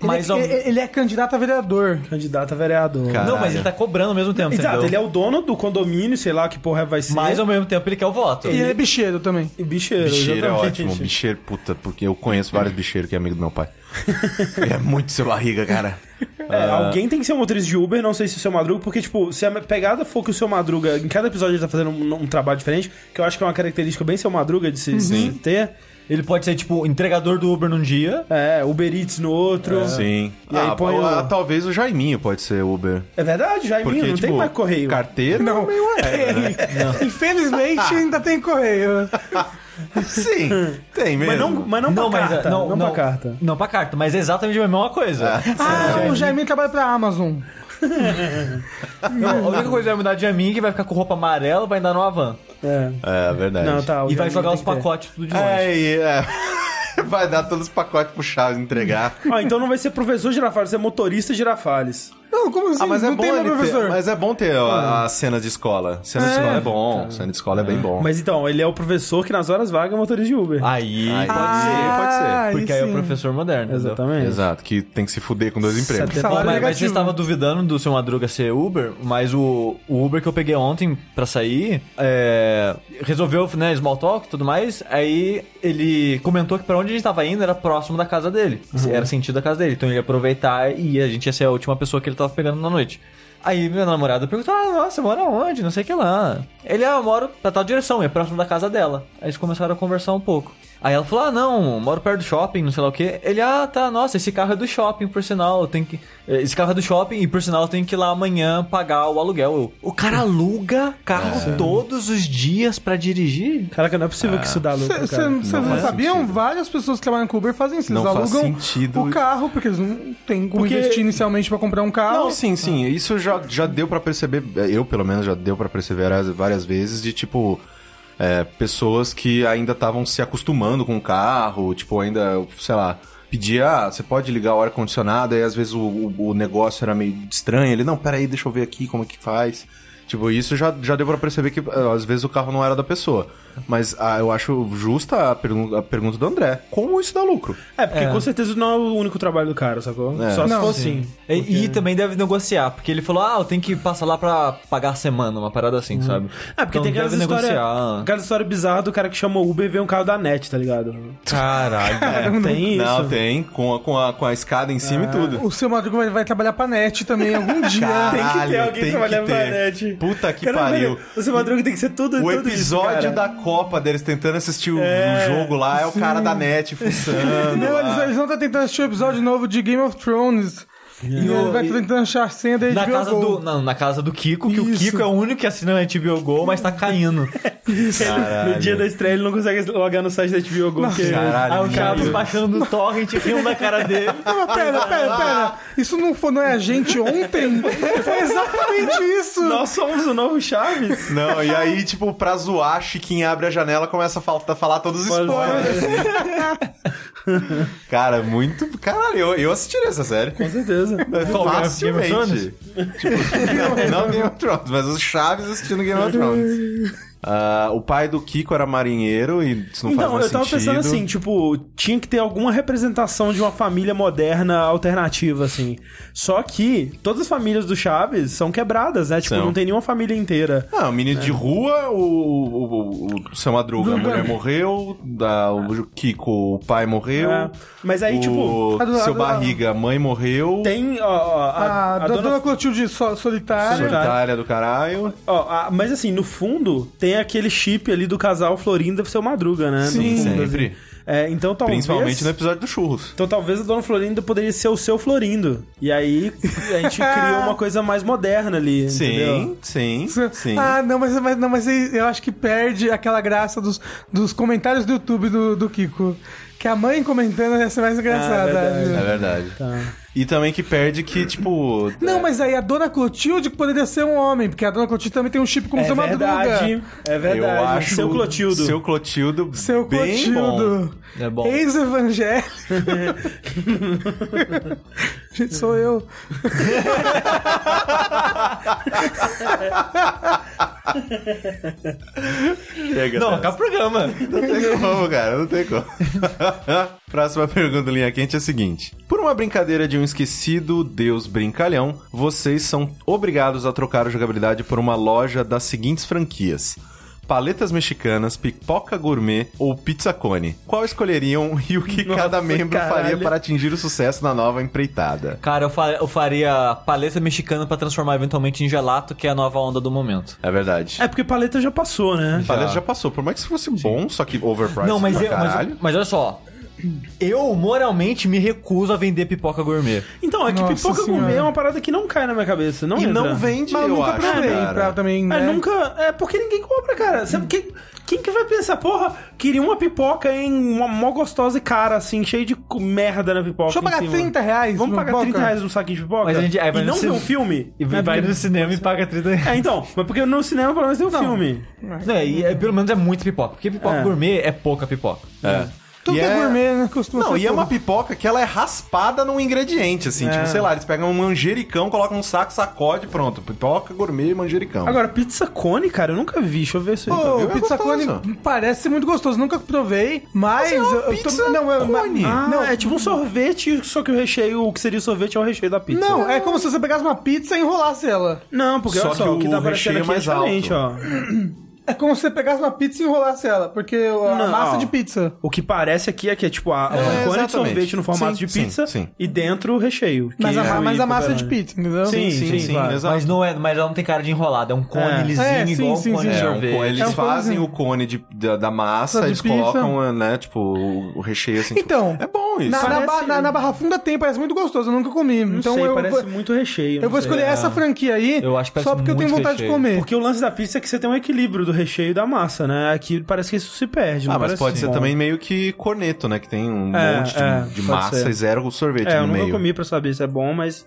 [SPEAKER 4] mas... ao-
[SPEAKER 3] ele, é- ele é candidato a vereador.
[SPEAKER 2] Candidato a vereador.
[SPEAKER 1] Cara.
[SPEAKER 4] Não, mas ele tá cobrando ao mesmo tempo,
[SPEAKER 2] Exato,
[SPEAKER 4] entendeu?
[SPEAKER 2] ele é o dono do condomínio, sei lá que porra vai ser.
[SPEAKER 4] Mas ao mesmo tempo ele quer o voto.
[SPEAKER 3] E ele é bicheiro também.
[SPEAKER 2] E bicheiro,
[SPEAKER 1] Bicheiro é
[SPEAKER 2] exatamente.
[SPEAKER 1] ótimo. Bicheiro, puta, porque eu conheço vários bicheiros que é amigo do meu pai. Ele é muito seu barriga, cara.
[SPEAKER 2] É,
[SPEAKER 1] Ah.
[SPEAKER 2] alguém tem que ser um motorista de Uber, não sei se o seu Madruga, porque, tipo, se a pegada for que o seu Madruga, em cada episódio ele tá fazendo um, um trabalho diferente, que eu acho que é uma característica bem seu Madruga de se,
[SPEAKER 1] Uhum.
[SPEAKER 2] se ter.
[SPEAKER 4] Ele pode ser, tipo, entregador do Uber num dia.
[SPEAKER 2] É, Uber Eats no outro.
[SPEAKER 1] Sim.
[SPEAKER 2] É. E aí
[SPEAKER 1] Ah,
[SPEAKER 2] põe
[SPEAKER 1] ah,
[SPEAKER 2] o-
[SPEAKER 1] Talvez o Jaiminho pode ser Uber.
[SPEAKER 2] É verdade, Jaiminho,
[SPEAKER 1] Porque,
[SPEAKER 2] não
[SPEAKER 1] tipo,
[SPEAKER 2] tem mais correio.
[SPEAKER 1] Carteira? Não.
[SPEAKER 3] Infelizmente ainda tem correio.
[SPEAKER 1] Sim, tem mesmo.
[SPEAKER 2] Mas não, mas não, pra carta.
[SPEAKER 4] não,
[SPEAKER 2] não, pra carta.
[SPEAKER 4] Não pra carta, mas é exatamente a mesma coisa.
[SPEAKER 3] Ah, o Jaime trabalha pra Amazon.
[SPEAKER 4] Não, a única coisa que vai mudar de mim é que vai ficar com roupa amarela, vai andar numa van.
[SPEAKER 2] É.
[SPEAKER 1] É, verdade.
[SPEAKER 2] Não, tá. o
[SPEAKER 4] e vai
[SPEAKER 2] Jaiminho
[SPEAKER 4] jogar
[SPEAKER 2] tem
[SPEAKER 4] os
[SPEAKER 2] que ter.
[SPEAKER 4] pacotes tudo de longe.
[SPEAKER 1] É, e, é. Vai dar todos os pacotes pro Chaves entregar.
[SPEAKER 2] Ó, então não vai ser professor Girafales, vai ser motorista Girafales.
[SPEAKER 3] Não, como assim?
[SPEAKER 1] Ah, mas é
[SPEAKER 3] não
[SPEAKER 1] bom
[SPEAKER 3] tem meu
[SPEAKER 1] ele ter-
[SPEAKER 3] professor. Ah.
[SPEAKER 1] Mas é bom ter ó, a, cena de escola. Cena de escola é bom. Cena de escola é bem bom. Ah,
[SPEAKER 2] Mas então, ele é o professor que nas horas vagas é motorista de Uber.
[SPEAKER 4] Aí,
[SPEAKER 1] Aí
[SPEAKER 4] pode
[SPEAKER 1] pode
[SPEAKER 4] ser.
[SPEAKER 1] ser, pode ser.
[SPEAKER 3] Ah, aí
[SPEAKER 4] Porque aí, é o
[SPEAKER 3] sim.
[SPEAKER 4] professor moderno, entendeu?
[SPEAKER 3] é
[SPEAKER 2] Exatamente.
[SPEAKER 1] Exato, que tem que se fuder com dois empregos.
[SPEAKER 2] Setenta-
[SPEAKER 4] Bom,
[SPEAKER 3] Salário
[SPEAKER 4] mas, mas você
[SPEAKER 3] negativo.
[SPEAKER 4] estava duvidando do seu Madruga ser Uber, mas o, o Uber que eu peguei ontem pra sair é, resolveu, né, small talk e tudo mais. Aí ele comentou que pra onde a gente tava indo era próximo da casa dele. Era sentido da casa dele. Então ele ia aproveitar e a gente ia ser a última pessoa que ele tava pegando na noite. Aí minha namorada perguntou: Ah, nossa, você mora onde? Não sei o que lá. Ele, ah, eu moro pra tal direção, é próximo da casa dela. Aí eles começaram a conversar um pouco. Aí ela falou: Ah, não, eu moro perto do shopping, não sei lá o que. Ele, ah, tá, nossa, esse carro é do shopping, por sinal, eu tenho que. eh, Esse carro é do shopping e por sinal eu tenho que ir lá amanhã pagar o aluguel. Eu, o cara aluga carro todos os dias pra dirigir?
[SPEAKER 2] Caraca, não é possível que isso dá lucro,
[SPEAKER 3] Vocês
[SPEAKER 2] cara.
[SPEAKER 3] não,
[SPEAKER 1] faz
[SPEAKER 3] sabiam?
[SPEAKER 1] sentido.
[SPEAKER 3] Várias pessoas que trabalham com Uber fazem isso. Eles
[SPEAKER 1] Não faz
[SPEAKER 3] alugam
[SPEAKER 1] sentido.
[SPEAKER 3] o carro, porque eles não têm como
[SPEAKER 2] Porque-
[SPEAKER 3] investir inicialmente pra comprar um carro.
[SPEAKER 1] Não, Ah, sim, sim. Isso já, já deu pra perceber, eu pelo menos já deu pra perceber várias- várias vezes de tipo. é, pessoas que ainda estavam se acostumando com o carro, tipo, ainda, sei lá. pedia, ah, você pode ligar o ar-condicionado, aí às vezes o, o- o negócio era meio estranho. Ele, não, peraí, deixa eu ver aqui como é que faz. Tipo, isso já, já deu pra perceber que ah, às vezes o carro não era da pessoa. Mas ah, eu acho justa a, pergun- a pergunta do André. Como isso dá lucro?
[SPEAKER 2] É, porque com certeza não é o único trabalho do cara, sacou?
[SPEAKER 1] É.
[SPEAKER 2] Só se
[SPEAKER 3] Não,
[SPEAKER 2] for assim.
[SPEAKER 4] E, e também deve negociar, porque ele falou, ah, eu tenho que passar lá pra pagar a semana, uma parada assim, sabe?
[SPEAKER 2] É, porque
[SPEAKER 4] Então
[SPEAKER 2] tem aquelas
[SPEAKER 4] deve
[SPEAKER 2] história,
[SPEAKER 4] negociar.
[SPEAKER 2] aquela história bizarra do cara que chamou Uber e veio um carro da NET, tá ligado?
[SPEAKER 4] Caralho.
[SPEAKER 2] É, tem isso.
[SPEAKER 1] Não, tem, com a, com a, com a escada em cima e tudo.
[SPEAKER 3] O seu Madruga vai, vai trabalhar pra net também algum dia.
[SPEAKER 2] Tem que ter
[SPEAKER 1] Caralho,
[SPEAKER 2] alguém
[SPEAKER 1] tem
[SPEAKER 2] trabalhando
[SPEAKER 1] que
[SPEAKER 2] na
[SPEAKER 1] ter.
[SPEAKER 2] net.
[SPEAKER 1] Puta que
[SPEAKER 2] Caramba,
[SPEAKER 1] pariu.
[SPEAKER 2] velho, O seu Madruga tem que ser tudo
[SPEAKER 1] O
[SPEAKER 2] tudo
[SPEAKER 1] episódio
[SPEAKER 2] isso, cara.
[SPEAKER 1] da Copa deles tentando assistir o
[SPEAKER 2] É,
[SPEAKER 1] jogo lá é o cara da net fuçando.
[SPEAKER 3] Não,
[SPEAKER 1] lá.
[SPEAKER 3] eles, eles vão estar tentando assistir o episódio novo de Game of Thrones. E ele vai estar tentando achar a senha da
[SPEAKER 4] Na
[SPEAKER 3] HBO
[SPEAKER 4] casa,
[SPEAKER 3] Go.
[SPEAKER 4] do, não, na casa do Kiko, que o
[SPEAKER 3] Isso.
[SPEAKER 4] Kiko é o único que assina HBO Go, mas tá caindo.
[SPEAKER 2] Ele- No dia da estreia ele não consegue logar no site da HBO Go. porque-
[SPEAKER 1] Caralho,
[SPEAKER 4] Aí É o Chaves
[SPEAKER 1] velho.
[SPEAKER 4] baixando o torrent e rindo na cara dele.
[SPEAKER 3] Não, Ah, mas pera, pera, pera. Isso não, foi, não é a gente ontem? Foi exatamente isso.
[SPEAKER 2] Nós somos o novo Chaves.
[SPEAKER 1] Não, e aí, tipo, pra zoar, Chiquinha abre a janela e começa a falta, falar todos os
[SPEAKER 2] Pode-
[SPEAKER 1] spoilers. cara, muito. Caralho, eu, eu assistiria essa série.
[SPEAKER 2] Com certeza.
[SPEAKER 4] Qual, Game of
[SPEAKER 1] Facilmente.
[SPEAKER 4] Thrones?
[SPEAKER 1] Tipo, não, não Game of Thrones, mas os Chaves assistindo Game of Thrones. Ah, o pai do Kiko era marinheiro e isso não faz
[SPEAKER 2] Então,
[SPEAKER 1] mais
[SPEAKER 2] eu tava
[SPEAKER 1] sentido.
[SPEAKER 2] pensando assim, tipo, tinha que ter alguma representação de uma família moderna alternativa, assim. Só que todas as famílias do Chaves são quebradas, né? Tipo,
[SPEAKER 1] São.
[SPEAKER 2] não tem nenhuma família inteira.
[SPEAKER 1] Ah, o
[SPEAKER 2] É.
[SPEAKER 1] menino de rua, o, o, o, o seu Madruga, a
[SPEAKER 2] é.
[SPEAKER 1] mulher morreu, da, o Kiko, o pai morreu,
[SPEAKER 2] É. Mas aí,
[SPEAKER 1] o
[SPEAKER 2] tipo,
[SPEAKER 3] a do- a
[SPEAKER 1] seu
[SPEAKER 3] do-
[SPEAKER 1] Barriga, a mãe morreu,
[SPEAKER 2] tem. Ó, ó,
[SPEAKER 3] A,
[SPEAKER 2] a, a
[SPEAKER 3] da
[SPEAKER 2] dona
[SPEAKER 3] Ah, dona Clotilde so- solitária.
[SPEAKER 1] solitária do caralho.
[SPEAKER 2] Ó, a- mas assim, no fundo, tem aquele chip ali do casal Florinda e seu Madruga, né? No
[SPEAKER 3] Sim.
[SPEAKER 2] fundo,
[SPEAKER 1] Sempre.
[SPEAKER 2] assim. É, então talvez.
[SPEAKER 1] Principalmente no episódio do Churros.
[SPEAKER 2] Então talvez a Dona Florinda poderia ser o seu Florindo. E aí a gente criou uma coisa mais moderna ali. entendeu?
[SPEAKER 1] sim, sim.
[SPEAKER 3] Ah, não mas, mas- não, mas eu acho que perde aquela graça dos, dos comentários do YouTube do, do Kiko. Que a mãe comentando ia ser mais engraçada.
[SPEAKER 2] verdade.
[SPEAKER 1] É verdade.
[SPEAKER 2] Tá.
[SPEAKER 1] E também que perde que, tipo...
[SPEAKER 3] Não, mas aí a dona Clotilde poderia ser um homem, porque a dona Clotilde também tem um chip com
[SPEAKER 2] É
[SPEAKER 3] seu
[SPEAKER 2] verdade,
[SPEAKER 3] Madruga.
[SPEAKER 2] é verdade.
[SPEAKER 1] Eu acho...
[SPEAKER 2] Seu Clotildo.
[SPEAKER 1] Seu Clotildo,
[SPEAKER 3] Seu
[SPEAKER 1] bem bom.
[SPEAKER 3] Clotildo.
[SPEAKER 4] É bom.
[SPEAKER 3] Ex-evangelho. Gente, sou eu.
[SPEAKER 1] Chega,
[SPEAKER 4] Não,
[SPEAKER 1] cara.
[SPEAKER 4] acaba o programa.
[SPEAKER 1] né? Não tem como, cara, não tem como. Próxima pergunta, do linha quente, é a seguinte: Por uma brincadeira de um esquecido Deus brincalhão, vocês são obrigados a trocar a jogabilidade por uma loja das seguintes franquias. Paletas mexicanas, pipoca gourmet ou pizza cone? Qual escolheriam e o que
[SPEAKER 2] Nossa,
[SPEAKER 1] cada membro faria
[SPEAKER 2] caralho.
[SPEAKER 1] para atingir o sucesso na nova empreitada?
[SPEAKER 4] Cara, eu, fa- eu faria paleta mexicana pra transformar eventualmente em gelato, que é a nova onda do momento.
[SPEAKER 1] É verdade.
[SPEAKER 2] É porque paleta já passou, né?
[SPEAKER 1] Paleta já passou, por mais que fosse bom, só que overpriced.
[SPEAKER 4] Não, mas,
[SPEAKER 1] pra
[SPEAKER 4] eu, mas,
[SPEAKER 1] caralho.
[SPEAKER 4] mas olha só. Eu, moralmente, me recuso a vender pipoca gourmet.
[SPEAKER 2] Então, é que
[SPEAKER 3] Nossa
[SPEAKER 2] pipoca
[SPEAKER 3] senhora.
[SPEAKER 2] gourmet é uma parada que não cai na minha cabeça. Não
[SPEAKER 1] E
[SPEAKER 2] entra.
[SPEAKER 1] não vende,
[SPEAKER 3] Mas eu
[SPEAKER 1] eu
[SPEAKER 3] nunca
[SPEAKER 1] acho,
[SPEAKER 3] provei
[SPEAKER 1] cara.
[SPEAKER 3] pra também,
[SPEAKER 2] É,
[SPEAKER 3] né?
[SPEAKER 2] nunca. É porque ninguém compra, cara. Sabe quem, quem que vai pensar, porra, queria uma pipoca em uma mó gostosa e cara, assim, cheio de co- merda na pipoca.
[SPEAKER 3] Deixa eu
[SPEAKER 2] em
[SPEAKER 3] pagar
[SPEAKER 2] cima.
[SPEAKER 3] 30 reais.
[SPEAKER 2] Vamos
[SPEAKER 3] numa
[SPEAKER 2] pagar
[SPEAKER 3] pipoca.
[SPEAKER 2] 30 reais no saquinho de pipoca?
[SPEAKER 4] Mas a gente- aí vai
[SPEAKER 2] e
[SPEAKER 4] no
[SPEAKER 2] não ver
[SPEAKER 4] cin-
[SPEAKER 2] um filme?
[SPEAKER 4] E vai,
[SPEAKER 2] É,
[SPEAKER 4] vai
[SPEAKER 2] porque-
[SPEAKER 4] no cinema e paga 30
[SPEAKER 2] É,
[SPEAKER 4] reais.
[SPEAKER 2] então, mas porque no cinema pelo menos tem um
[SPEAKER 3] Então.
[SPEAKER 2] filme.
[SPEAKER 4] É, e é- pelo menos é muito pipoca. Porque pipoca
[SPEAKER 2] É.
[SPEAKER 4] gourmet é pouca pipoca.
[SPEAKER 1] É.
[SPEAKER 3] Tudo
[SPEAKER 1] E
[SPEAKER 3] que é
[SPEAKER 1] é-
[SPEAKER 3] gourmet, né? Costuma
[SPEAKER 1] Não,
[SPEAKER 3] ser
[SPEAKER 1] e é
[SPEAKER 3] tudo.
[SPEAKER 1] uma pipoca que ela é raspada num ingrediente, assim.
[SPEAKER 2] É.
[SPEAKER 1] Tipo, sei lá, eles pegam um manjericão, colocam um saco, sacode, pronto. Pipoca, gourmet e manjericão.
[SPEAKER 2] Agora, pizza cone, cara, eu nunca vi. Deixa eu ver isso aí.
[SPEAKER 1] Pô,
[SPEAKER 3] Pô,
[SPEAKER 1] Eu
[SPEAKER 3] o pizza cone
[SPEAKER 1] É gostoso. é
[SPEAKER 3] parece ser muito gostoso, nunca provei, mas eu, eu
[SPEAKER 1] pizza
[SPEAKER 3] não, eu,
[SPEAKER 1] cone.
[SPEAKER 3] Ah,
[SPEAKER 2] Ah,
[SPEAKER 3] não,
[SPEAKER 2] é tipo um sorvete, só que o recheio, o que seria o sorvete é o recheio da pizza.
[SPEAKER 3] não, é como se você pegasse uma pizza e enrolasse ela.
[SPEAKER 2] Não, porque
[SPEAKER 1] Só
[SPEAKER 2] olha só,
[SPEAKER 1] que
[SPEAKER 2] o que
[SPEAKER 1] o
[SPEAKER 2] tá
[SPEAKER 1] recheio
[SPEAKER 2] aparecendo aqui
[SPEAKER 1] é
[SPEAKER 2] é
[SPEAKER 1] mais alto.
[SPEAKER 2] diferente, ó.
[SPEAKER 3] É como se você pegasse uma pizza e enrolasse ela, porque a
[SPEAKER 2] Não.
[SPEAKER 3] massa de pizza.
[SPEAKER 2] O que parece aqui é que é tipo a,
[SPEAKER 1] É,
[SPEAKER 2] o cone
[SPEAKER 1] exatamente.
[SPEAKER 2] de sorvete no formato
[SPEAKER 1] Sim,
[SPEAKER 2] de pizza
[SPEAKER 1] sim, sim.
[SPEAKER 2] e dentro o recheio. que
[SPEAKER 3] Mas,
[SPEAKER 2] é
[SPEAKER 3] a,
[SPEAKER 2] o
[SPEAKER 3] mas a massa é de
[SPEAKER 2] pepperoni.
[SPEAKER 3] pizza, entendeu?
[SPEAKER 2] Sim, sim,
[SPEAKER 1] sim,
[SPEAKER 2] sim.
[SPEAKER 1] sim,
[SPEAKER 2] claro.
[SPEAKER 1] exato.
[SPEAKER 4] Mas não, é, mas ela não tem cara de enrolada, é um cone
[SPEAKER 2] É.
[SPEAKER 4] lisinho,
[SPEAKER 3] É, sim,
[SPEAKER 4] igual
[SPEAKER 3] sim,
[SPEAKER 4] um
[SPEAKER 3] sim,
[SPEAKER 4] cone
[SPEAKER 1] É,
[SPEAKER 4] de
[SPEAKER 1] um
[SPEAKER 4] sorvete.
[SPEAKER 1] co- eles
[SPEAKER 3] É um
[SPEAKER 1] fazem
[SPEAKER 3] conezinho.
[SPEAKER 1] o cone de- da, da massa,
[SPEAKER 3] Só de
[SPEAKER 1] eles
[SPEAKER 3] pizza.
[SPEAKER 1] colocam, né, tipo, o recheio assim. tipo,
[SPEAKER 3] Então,
[SPEAKER 1] é bom isso.
[SPEAKER 3] Na, na
[SPEAKER 2] Parece-
[SPEAKER 3] ba- na- na Barra Funda tem, parece muito gostoso, eu nunca comi.
[SPEAKER 2] Não
[SPEAKER 3] então
[SPEAKER 2] sei,
[SPEAKER 3] eu,
[SPEAKER 2] parece
[SPEAKER 3] vou-
[SPEAKER 2] muito recheio.
[SPEAKER 3] eu vou
[SPEAKER 2] não sei. É.
[SPEAKER 3] escolher essa franquia aí,
[SPEAKER 4] Eu acho que parece
[SPEAKER 3] só porque eu tenho
[SPEAKER 4] muito
[SPEAKER 3] vontade
[SPEAKER 4] recheio.
[SPEAKER 3] de comer.
[SPEAKER 2] Porque o lance da pizza é que você tem um equilíbrio do recheio e da massa, né? Aqui parece que isso se perde.
[SPEAKER 1] Ah,
[SPEAKER 2] não
[SPEAKER 1] mas
[SPEAKER 2] parece
[SPEAKER 1] pode ser
[SPEAKER 2] bom.
[SPEAKER 1] também meio que corneto, né? Que tem um
[SPEAKER 2] assim. É,
[SPEAKER 1] monte de,
[SPEAKER 2] é,
[SPEAKER 1] de
[SPEAKER 2] pode
[SPEAKER 1] massa
[SPEAKER 2] ser.
[SPEAKER 1] e zero sorvete
[SPEAKER 2] É, eu
[SPEAKER 1] no
[SPEAKER 2] nunca
[SPEAKER 1] meio.
[SPEAKER 2] comi pra saber se é bom, mas.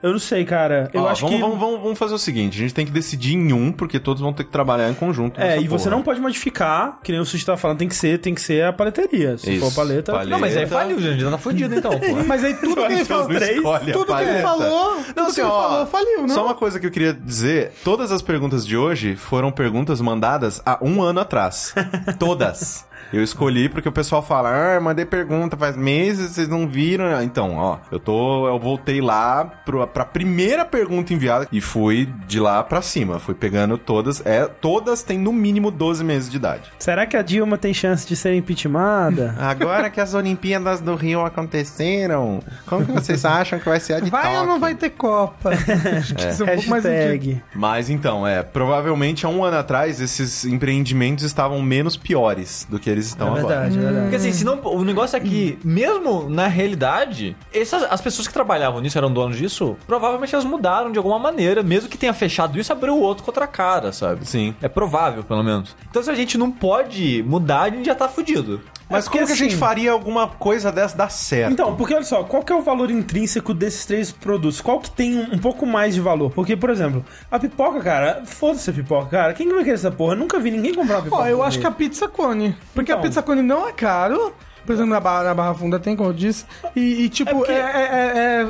[SPEAKER 2] Eu não sei, cara. Eu
[SPEAKER 1] Ó,
[SPEAKER 2] acho
[SPEAKER 1] vamos,
[SPEAKER 2] que.
[SPEAKER 1] vamos, vamos- vamos fazer o seguinte: a gente tem que decidir em um, porque todos vão ter que trabalhar em conjunto. nessa
[SPEAKER 2] É, e você
[SPEAKER 1] porra.
[SPEAKER 2] não pode modificar, que nem o Sushi tava falando, tem que ser, tem que ser a paleteria. Se
[SPEAKER 1] Isso,
[SPEAKER 2] for a paleta.
[SPEAKER 1] paleta.
[SPEAKER 4] Não, mas aí faliu, gente. Já tá fudido então, pô.
[SPEAKER 3] Mas aí tudo que ele
[SPEAKER 1] Então
[SPEAKER 3] falou.
[SPEAKER 1] não escolhe a
[SPEAKER 3] Tudo que
[SPEAKER 1] paleta.
[SPEAKER 3] ele falou.
[SPEAKER 1] Não,
[SPEAKER 3] tudo
[SPEAKER 1] assim,
[SPEAKER 3] que ele
[SPEAKER 1] ó,
[SPEAKER 3] falou faliu, né?
[SPEAKER 1] Só uma coisa que eu queria dizer: todas as perguntas de hoje foram perguntas mandadas há um ano atrás. todas. Eu escolhi porque o pessoal fala, ah, mandei pergunta faz meses, vocês não viram. Então, ó, eu tô. Eu voltei lá pro, pra primeira pergunta enviada e fui de lá pra cima. Fui pegando todas. É, todas têm no mínimo 12 meses de idade.
[SPEAKER 2] Será que a Dilma tem chance de ser impeachmentada?
[SPEAKER 1] Agora que as Olimpíadas do Rio aconteceram, como que vocês acham que vai ser a de
[SPEAKER 3] Vai ou não
[SPEAKER 1] Tóquio?
[SPEAKER 3] vai ter Copa? Acho que isso é um pouco mais antigo.
[SPEAKER 2] Hashtag.
[SPEAKER 1] Mas então, é, provavelmente há um ano atrás esses empreendimentos estavam menos piores do que eles estão
[SPEAKER 2] é
[SPEAKER 1] Então agora.
[SPEAKER 2] verdade, é verdade.
[SPEAKER 3] Hum.
[SPEAKER 4] Porque assim, se não, o negócio é que, mesmo na realidade, essas, as pessoas que trabalhavam nisso, eram donos disso, provavelmente elas mudaram de alguma maneira, mesmo que tenha fechado isso, abriu o outro com outra cara, sabe?
[SPEAKER 1] Sim.
[SPEAKER 4] É provável, pelo menos. Então se a gente não pode mudar, a gente já tá fudido.
[SPEAKER 1] Mas
[SPEAKER 2] É porque,
[SPEAKER 1] como que a gente
[SPEAKER 2] assim,
[SPEAKER 1] faria alguma coisa dessa dar certo?
[SPEAKER 2] Então, porque olha só, qual que é o valor intrínseco desses três produtos? Qual que tem um, um pouco mais de valor? Porque, por exemplo, a pipoca, cara, foda-se a pipoca, cara. Quem que vai querer essa porra? Eu nunca vi ninguém comprar uma pipoca.
[SPEAKER 3] Ó, eu acho que é a pizza cone. Porque a
[SPEAKER 2] Então.
[SPEAKER 3] pizza cone não é caro. Por exemplo, na Barra, na Barra Funda tem, como eu disse. E, e, tipo, é, é-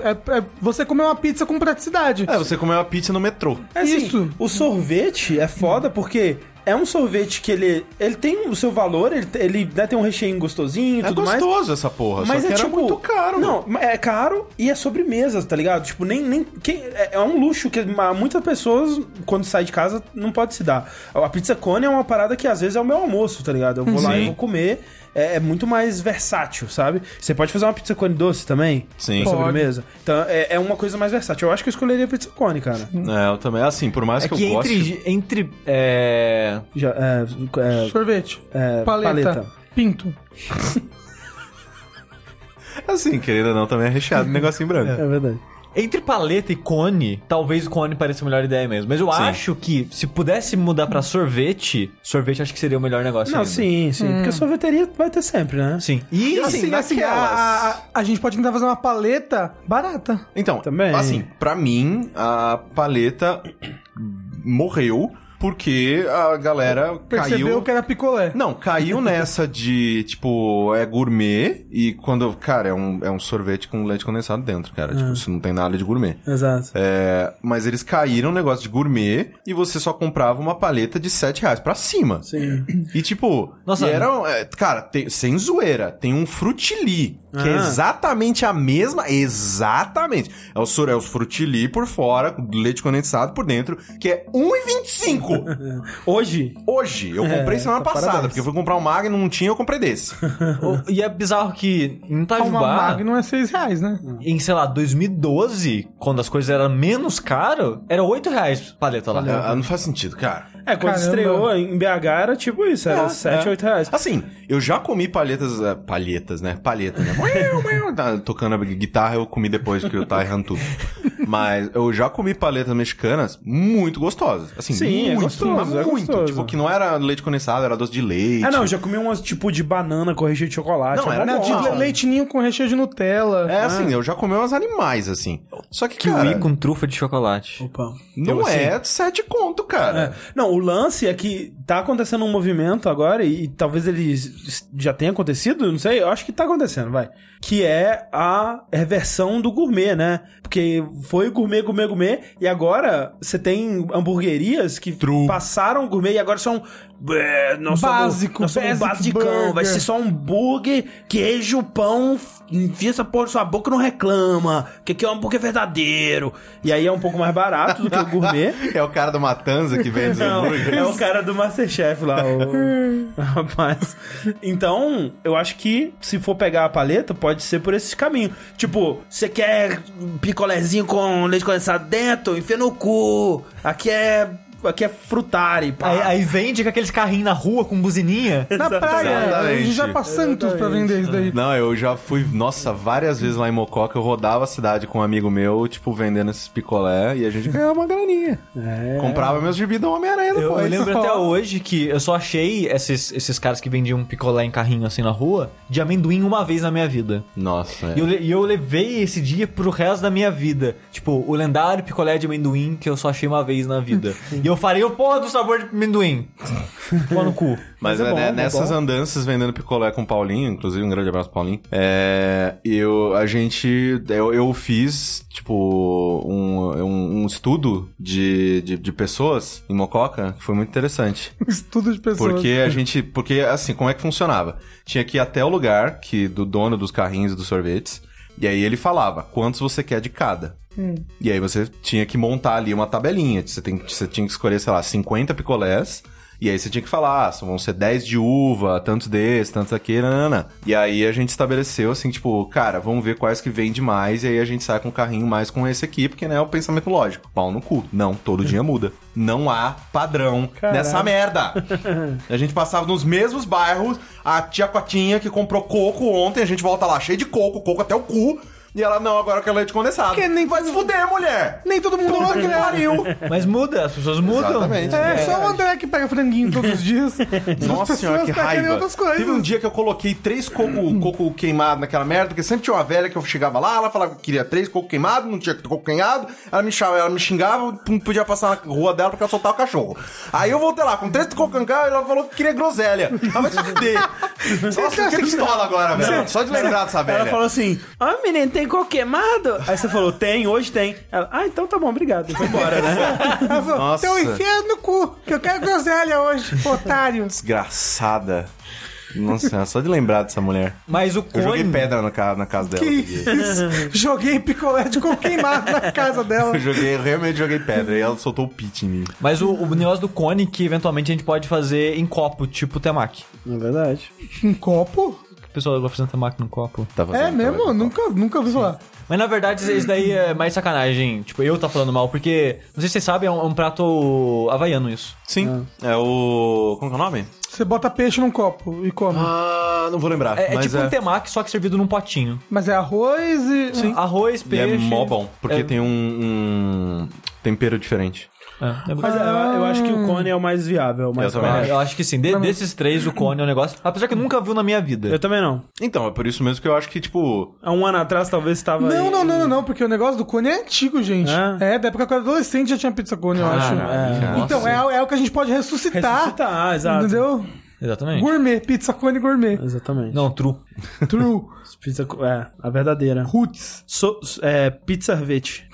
[SPEAKER 3] é- é- é você comer uma pizza com praticidade.
[SPEAKER 1] É, você comeu uma pizza no metrô.
[SPEAKER 2] É assim,
[SPEAKER 3] Isso.
[SPEAKER 2] O sorvete é foda porque é um sorvete que ele, ele tem o seu valor, ele, ele né, tem um recheio gostosinho e
[SPEAKER 1] É
[SPEAKER 2] tudo mais.
[SPEAKER 1] gostoso essa porra,
[SPEAKER 2] Mas
[SPEAKER 1] só que
[SPEAKER 2] é
[SPEAKER 1] era
[SPEAKER 2] tipo,
[SPEAKER 1] muito caro.
[SPEAKER 2] Não, ma- é caro e é sobremesa, tá ligado? Tipo, nem. nem quem- é, é um luxo que ma- muitas pessoas, quando sai de casa, não pode se dar. A pizza cone é uma parada que às vezes é o meu almoço, tá ligado? Eu vou lá
[SPEAKER 1] Sim.
[SPEAKER 2] e vou comer. É, é muito mais versátil, sabe? Você pode fazer uma pizza cone doce também?
[SPEAKER 1] Sim.
[SPEAKER 2] pra
[SPEAKER 1] Pode.
[SPEAKER 2] sobremesa. Então é, é uma coisa mais versátil. Eu acho que eu escolheria a pizza cone, cara.
[SPEAKER 1] É, eu também. Assim, por mais
[SPEAKER 4] É
[SPEAKER 1] que,
[SPEAKER 4] que,
[SPEAKER 1] eu goste.
[SPEAKER 4] entre. entre é...
[SPEAKER 2] Já, é, é,
[SPEAKER 3] Sorvete.
[SPEAKER 2] É,
[SPEAKER 3] paleta.
[SPEAKER 2] paleta.
[SPEAKER 3] Pinto.
[SPEAKER 1] Assim, querendo ou não, também é recheado um negocinho branco.
[SPEAKER 2] é verdade.
[SPEAKER 4] Entre paleta e cone, talvez o cone pareça a melhor ideia mesmo. Mas eu
[SPEAKER 1] Sim.
[SPEAKER 4] acho que se pudesse mudar pra sorvete, sorvete acho que seria o melhor
[SPEAKER 1] Tá
[SPEAKER 4] negócio.
[SPEAKER 2] Não,
[SPEAKER 4] ainda.
[SPEAKER 2] sim, sim. Porque a sorveteria vai ter sempre, né?
[SPEAKER 4] Sim. E assim,
[SPEAKER 3] Assim, assim, a,
[SPEAKER 4] naquelas-
[SPEAKER 3] a- a- a gente pode tentar fazer uma paleta barata.
[SPEAKER 1] Então,
[SPEAKER 2] Também.
[SPEAKER 1] assim, pra mim, a paleta morreu porque a galera
[SPEAKER 3] Percebeu
[SPEAKER 1] caiu.
[SPEAKER 3] que era picolé.
[SPEAKER 1] Não, caiu nessa de, tipo, é gourmet e quando. Cara, é um, é um sorvete com leite condensado dentro, cara.
[SPEAKER 2] Ah.
[SPEAKER 1] Tipo, isso não tem nada de gourmet.
[SPEAKER 2] Exato.
[SPEAKER 1] É, mas eles caíram no negócio de gourmet e você só comprava uma paleta de 7 reais pra cima.
[SPEAKER 2] Sim.
[SPEAKER 1] E tipo,
[SPEAKER 4] Nossa.
[SPEAKER 1] e era, um- é, cara, tem- sem zoeira, tem um frutili, que é
[SPEAKER 2] Ah.
[SPEAKER 1] exatamente a mesma, exatamente. É o sor- é os frutili por fora, com leite condensado por dentro, que é 1,25.
[SPEAKER 2] Hoje,
[SPEAKER 1] Hoje, eu comprei
[SPEAKER 2] É,
[SPEAKER 1] semana
[SPEAKER 2] tá,
[SPEAKER 1] passada,
[SPEAKER 2] parabéns.
[SPEAKER 1] porque eu fui comprar um Magno, não tinha, eu comprei desse.
[SPEAKER 4] O- e é bizarro que em
[SPEAKER 3] Uma
[SPEAKER 4] Itajubá,
[SPEAKER 3] Magnum é 6 reais, né?
[SPEAKER 4] em, sei lá, 2012, quando as coisas eram menos caro, era 8 reais paleta lá.
[SPEAKER 1] Ah, não faz sentido, cara.
[SPEAKER 2] É, quando
[SPEAKER 3] Caramba.
[SPEAKER 2] estreou em BH era tipo isso, era 7, 8 reais.
[SPEAKER 1] Assim, eu já comi palhetas. eh, Palhetas, né? Palheta, né? Uiu, uiu, tá Tocando a guitarra, eu comi depois que eu tava errando tudo. Mas eu já comi palhetas mexicanas muito gostosas. Assim,
[SPEAKER 2] Sim, é
[SPEAKER 1] muito,
[SPEAKER 2] gostoso,
[SPEAKER 1] mas
[SPEAKER 2] é
[SPEAKER 1] muito.
[SPEAKER 2] gostoso.
[SPEAKER 1] Tipo, que não era leite condensado, era doce de leite.
[SPEAKER 2] Ah, não, eu já comi umas tipo de banana com recheio de chocolate.
[SPEAKER 1] Não,
[SPEAKER 2] é
[SPEAKER 1] era
[SPEAKER 2] mó
[SPEAKER 3] Não,
[SPEAKER 1] bom,
[SPEAKER 3] de
[SPEAKER 1] mano.
[SPEAKER 3] leite ninho com recheio de Nutella.
[SPEAKER 1] É
[SPEAKER 2] ah.
[SPEAKER 1] assim, eu já comi uns animais, assim. Só que,
[SPEAKER 4] Kiwi
[SPEAKER 1] cara,
[SPEAKER 4] com trufa de chocolate.
[SPEAKER 2] Opa.
[SPEAKER 1] não
[SPEAKER 4] eu, assim-
[SPEAKER 1] é sete conto, cara.
[SPEAKER 2] É. Não, o lance é que tá acontecendo um movimento agora, e, e talvez ele s- já tenha acontecido, não sei, eu acho que tá acontecendo, vai. Que é a reversão do gourmet, né? Porque foi gourmet, gourmet, gourmet, e agora você tem hamburguerias que
[SPEAKER 1] True.
[SPEAKER 2] passaram o gourmet e agora são. É, nós
[SPEAKER 3] Básico,
[SPEAKER 2] somos, nós somos
[SPEAKER 3] basic
[SPEAKER 2] basicão,
[SPEAKER 3] burger.
[SPEAKER 2] vai ser só um burger, queijo, pão, f- enfia essa porra na sua boca e não reclama. Que aqui é um hambúrguer verdadeiro. E aí é um pouco mais barato do que o gourmet.
[SPEAKER 1] É o cara do Matanza que vende
[SPEAKER 2] Não,
[SPEAKER 1] hambúrguer.
[SPEAKER 2] é o cara do Masterchef lá, o o rapaz. Então, eu acho que se for pegar a paleta, pode ser por esse caminho. Tipo, você quer picolézinho com leite condensado dentro? Enfia no cu. Aqui é aqui é frutari, pá.
[SPEAKER 4] Aí, aí vende com aqueles carrinhos na rua com buzininha.
[SPEAKER 3] Ah, Na praia, a
[SPEAKER 1] Exatamente.
[SPEAKER 3] gente já pra Santos pra vender isso daí.
[SPEAKER 1] Não, eu já fui, nossa, várias vezes lá em Mococa, eu rodava a cidade com um amigo meu, tipo, vendendo esses picolé, e a gente ganhava É uma graninha.
[SPEAKER 2] É.
[SPEAKER 1] Comprava meus gibi do Homem-Aranha
[SPEAKER 4] Eu,
[SPEAKER 1] depois.
[SPEAKER 4] eu lembro
[SPEAKER 3] Pô.
[SPEAKER 4] até hoje que eu só achei esses, esses caras que vendiam picolé em carrinho assim na rua de amendoim uma vez na minha vida.
[SPEAKER 1] Nossa, é.
[SPEAKER 4] E eu, le- e eu levei esse dia pro resto da minha vida. Tipo, o lendário picolé de amendoim que eu só achei uma vez na vida. e eu farei o porra do sabor de amendoim. Pô no cu.
[SPEAKER 1] Mas,
[SPEAKER 2] Mas é
[SPEAKER 1] né,
[SPEAKER 2] bom, é
[SPEAKER 1] nessas
[SPEAKER 2] bom.
[SPEAKER 1] andanças vendendo picolé com o Paulinho, inclusive um grande abraço, Paulinho. É, eu, a gente, eu, eu fiz, tipo, um, um, um estudo de, de, de pessoas em Mococa, que foi muito interessante.
[SPEAKER 3] Estudo de pessoas.
[SPEAKER 1] Porque a gente. Porque, assim, como é que funcionava? Tinha que ir até o lugar que do dono dos carrinhos e dos sorvetes. E aí ele falava quantos você quer de cada. E aí você tinha que montar ali uma tabelinha. Você, tem, você tinha que escolher, sei lá, 50 picolés. E aí você tinha que falar, ah, são- vão ser 10 de uva, tantos desse, tantos daquele, nanana. E aí a gente estabeleceu assim, tipo, cara, vamos ver quais que vende mais, e aí a gente sai com o carrinho mais com esse aqui, porque né, é o pensamento lógico. Pau no cu. Não, todo dia muda. Não há padrão nessa merda. A gente passava nos mesmos bairros, a tia Cotinha que comprou coco ontem, a gente volta lá cheio de coco, coco até o cu. E ela, não, agora eu quero leite condensado.
[SPEAKER 3] Que nem-
[SPEAKER 1] vai se fuder, mulher!
[SPEAKER 3] Nem todo mundo
[SPEAKER 1] Puta que
[SPEAKER 3] anda.
[SPEAKER 1] pariu!
[SPEAKER 4] Mas muda, as pessoas mudam.
[SPEAKER 1] Exatamente.
[SPEAKER 3] É, só o André que pega franguinho todos os dias.
[SPEAKER 1] Nossa
[SPEAKER 3] As
[SPEAKER 1] senhora,
[SPEAKER 3] pessoas
[SPEAKER 1] que
[SPEAKER 3] tá querendo
[SPEAKER 1] raiva.
[SPEAKER 3] outras coisas.
[SPEAKER 1] Teve um dia que eu coloquei três coco, coco queimado naquela merda, porque sempre tinha uma velha que eu chegava lá, ela falava que queria três coco queimado, não tinha coco queimado, ela me chamava, ela me xingava, eu não podia passar na rua dela porque ela soltava o cachorro. Aí eu voltei lá com três coco queimado e ela falou que queria groselha. Ah, mas fudei. Nossa, eu fiquei pistola agora, velho. Só de lembrar dessa velha.
[SPEAKER 2] Ela falou assim: Ah, menino, tem coco queimado? Aí você falou: Tem, hoje tem. Ela: Ah, então tá bom, obrigado. E foi embora, né?
[SPEAKER 3] Ela falou,
[SPEAKER 1] Nossa.
[SPEAKER 3] Então enfia no cu, que eu quero groselha hoje, otário.
[SPEAKER 1] Desgraçada. Nossa, só de lembrar dessa mulher.
[SPEAKER 4] Mas o
[SPEAKER 1] Eu joguei
[SPEAKER 4] cone.
[SPEAKER 1] pedra na ca- na casa dela.
[SPEAKER 3] Que
[SPEAKER 1] outro dia.
[SPEAKER 3] isso? Joguei picolé de coco queimado na casa dela.
[SPEAKER 1] Eu joguei, eu realmente joguei pedra e ela soltou o pit em mim.
[SPEAKER 4] Mas o, o negócio do cone é que eventualmente a gente pode fazer em copo, tipo temaki.
[SPEAKER 2] É verdade.
[SPEAKER 3] Um copo?
[SPEAKER 4] O pessoal gosta de fazer temaki no copo.
[SPEAKER 1] Tá
[SPEAKER 3] É
[SPEAKER 1] fazendo
[SPEAKER 3] mesmo?
[SPEAKER 1] trabalho.
[SPEAKER 3] Nunca, nunca ouvi falar.
[SPEAKER 4] Mas na verdade isso daí é mais sacanagem. Tipo, eu tá falando mal, porque, não sei se vocês sabem, é um, é um prato havaiano isso.
[SPEAKER 1] Sim. É o. Como que é o nome?
[SPEAKER 3] Você bota peixe num copo e come.
[SPEAKER 1] Ah, não vou lembrar.
[SPEAKER 4] É, é
[SPEAKER 1] mas
[SPEAKER 4] tipo um temaki, só que servido num potinho.
[SPEAKER 3] Mas é arroz e.
[SPEAKER 4] Arroz,
[SPEAKER 1] E é
[SPEAKER 4] peixe...
[SPEAKER 1] mó bom, porque
[SPEAKER 4] É.
[SPEAKER 1] tem um, um tempero diferente.
[SPEAKER 4] É, é bom.
[SPEAKER 2] Mas é, eu, eu acho que o cone é o mais viável. o mais
[SPEAKER 1] Eu também
[SPEAKER 2] viável.
[SPEAKER 4] É, eu acho que sim. De- desses três, o cone é um negócio... Apesar que eu nunca vi um na minha
[SPEAKER 2] Eu
[SPEAKER 4] vida.
[SPEAKER 2] também não.
[SPEAKER 1] Então, é por isso mesmo que eu acho que, tipo.
[SPEAKER 2] Há um ano atrás talvez estava.
[SPEAKER 3] Não, não, não, não, não, porque o negócio do cone é antigo, gente.
[SPEAKER 2] Ah.
[SPEAKER 3] É, da época que eu era adolescente já tinha pizza cone, eu acho.
[SPEAKER 1] Caralho,
[SPEAKER 3] Então,
[SPEAKER 1] nossa.
[SPEAKER 3] é, é o que a gente pode ressuscitar.
[SPEAKER 2] Ressuscitar, Ah, tá, exato.
[SPEAKER 3] Entendeu?
[SPEAKER 4] Exatamente.
[SPEAKER 3] Gourmet, pizza cone gourmet.
[SPEAKER 2] Exatamente.
[SPEAKER 4] Não, true.
[SPEAKER 3] True.
[SPEAKER 2] Pizza, co- é, a verdadeira.
[SPEAKER 3] Roots.
[SPEAKER 2] So, é, pizza sorvete.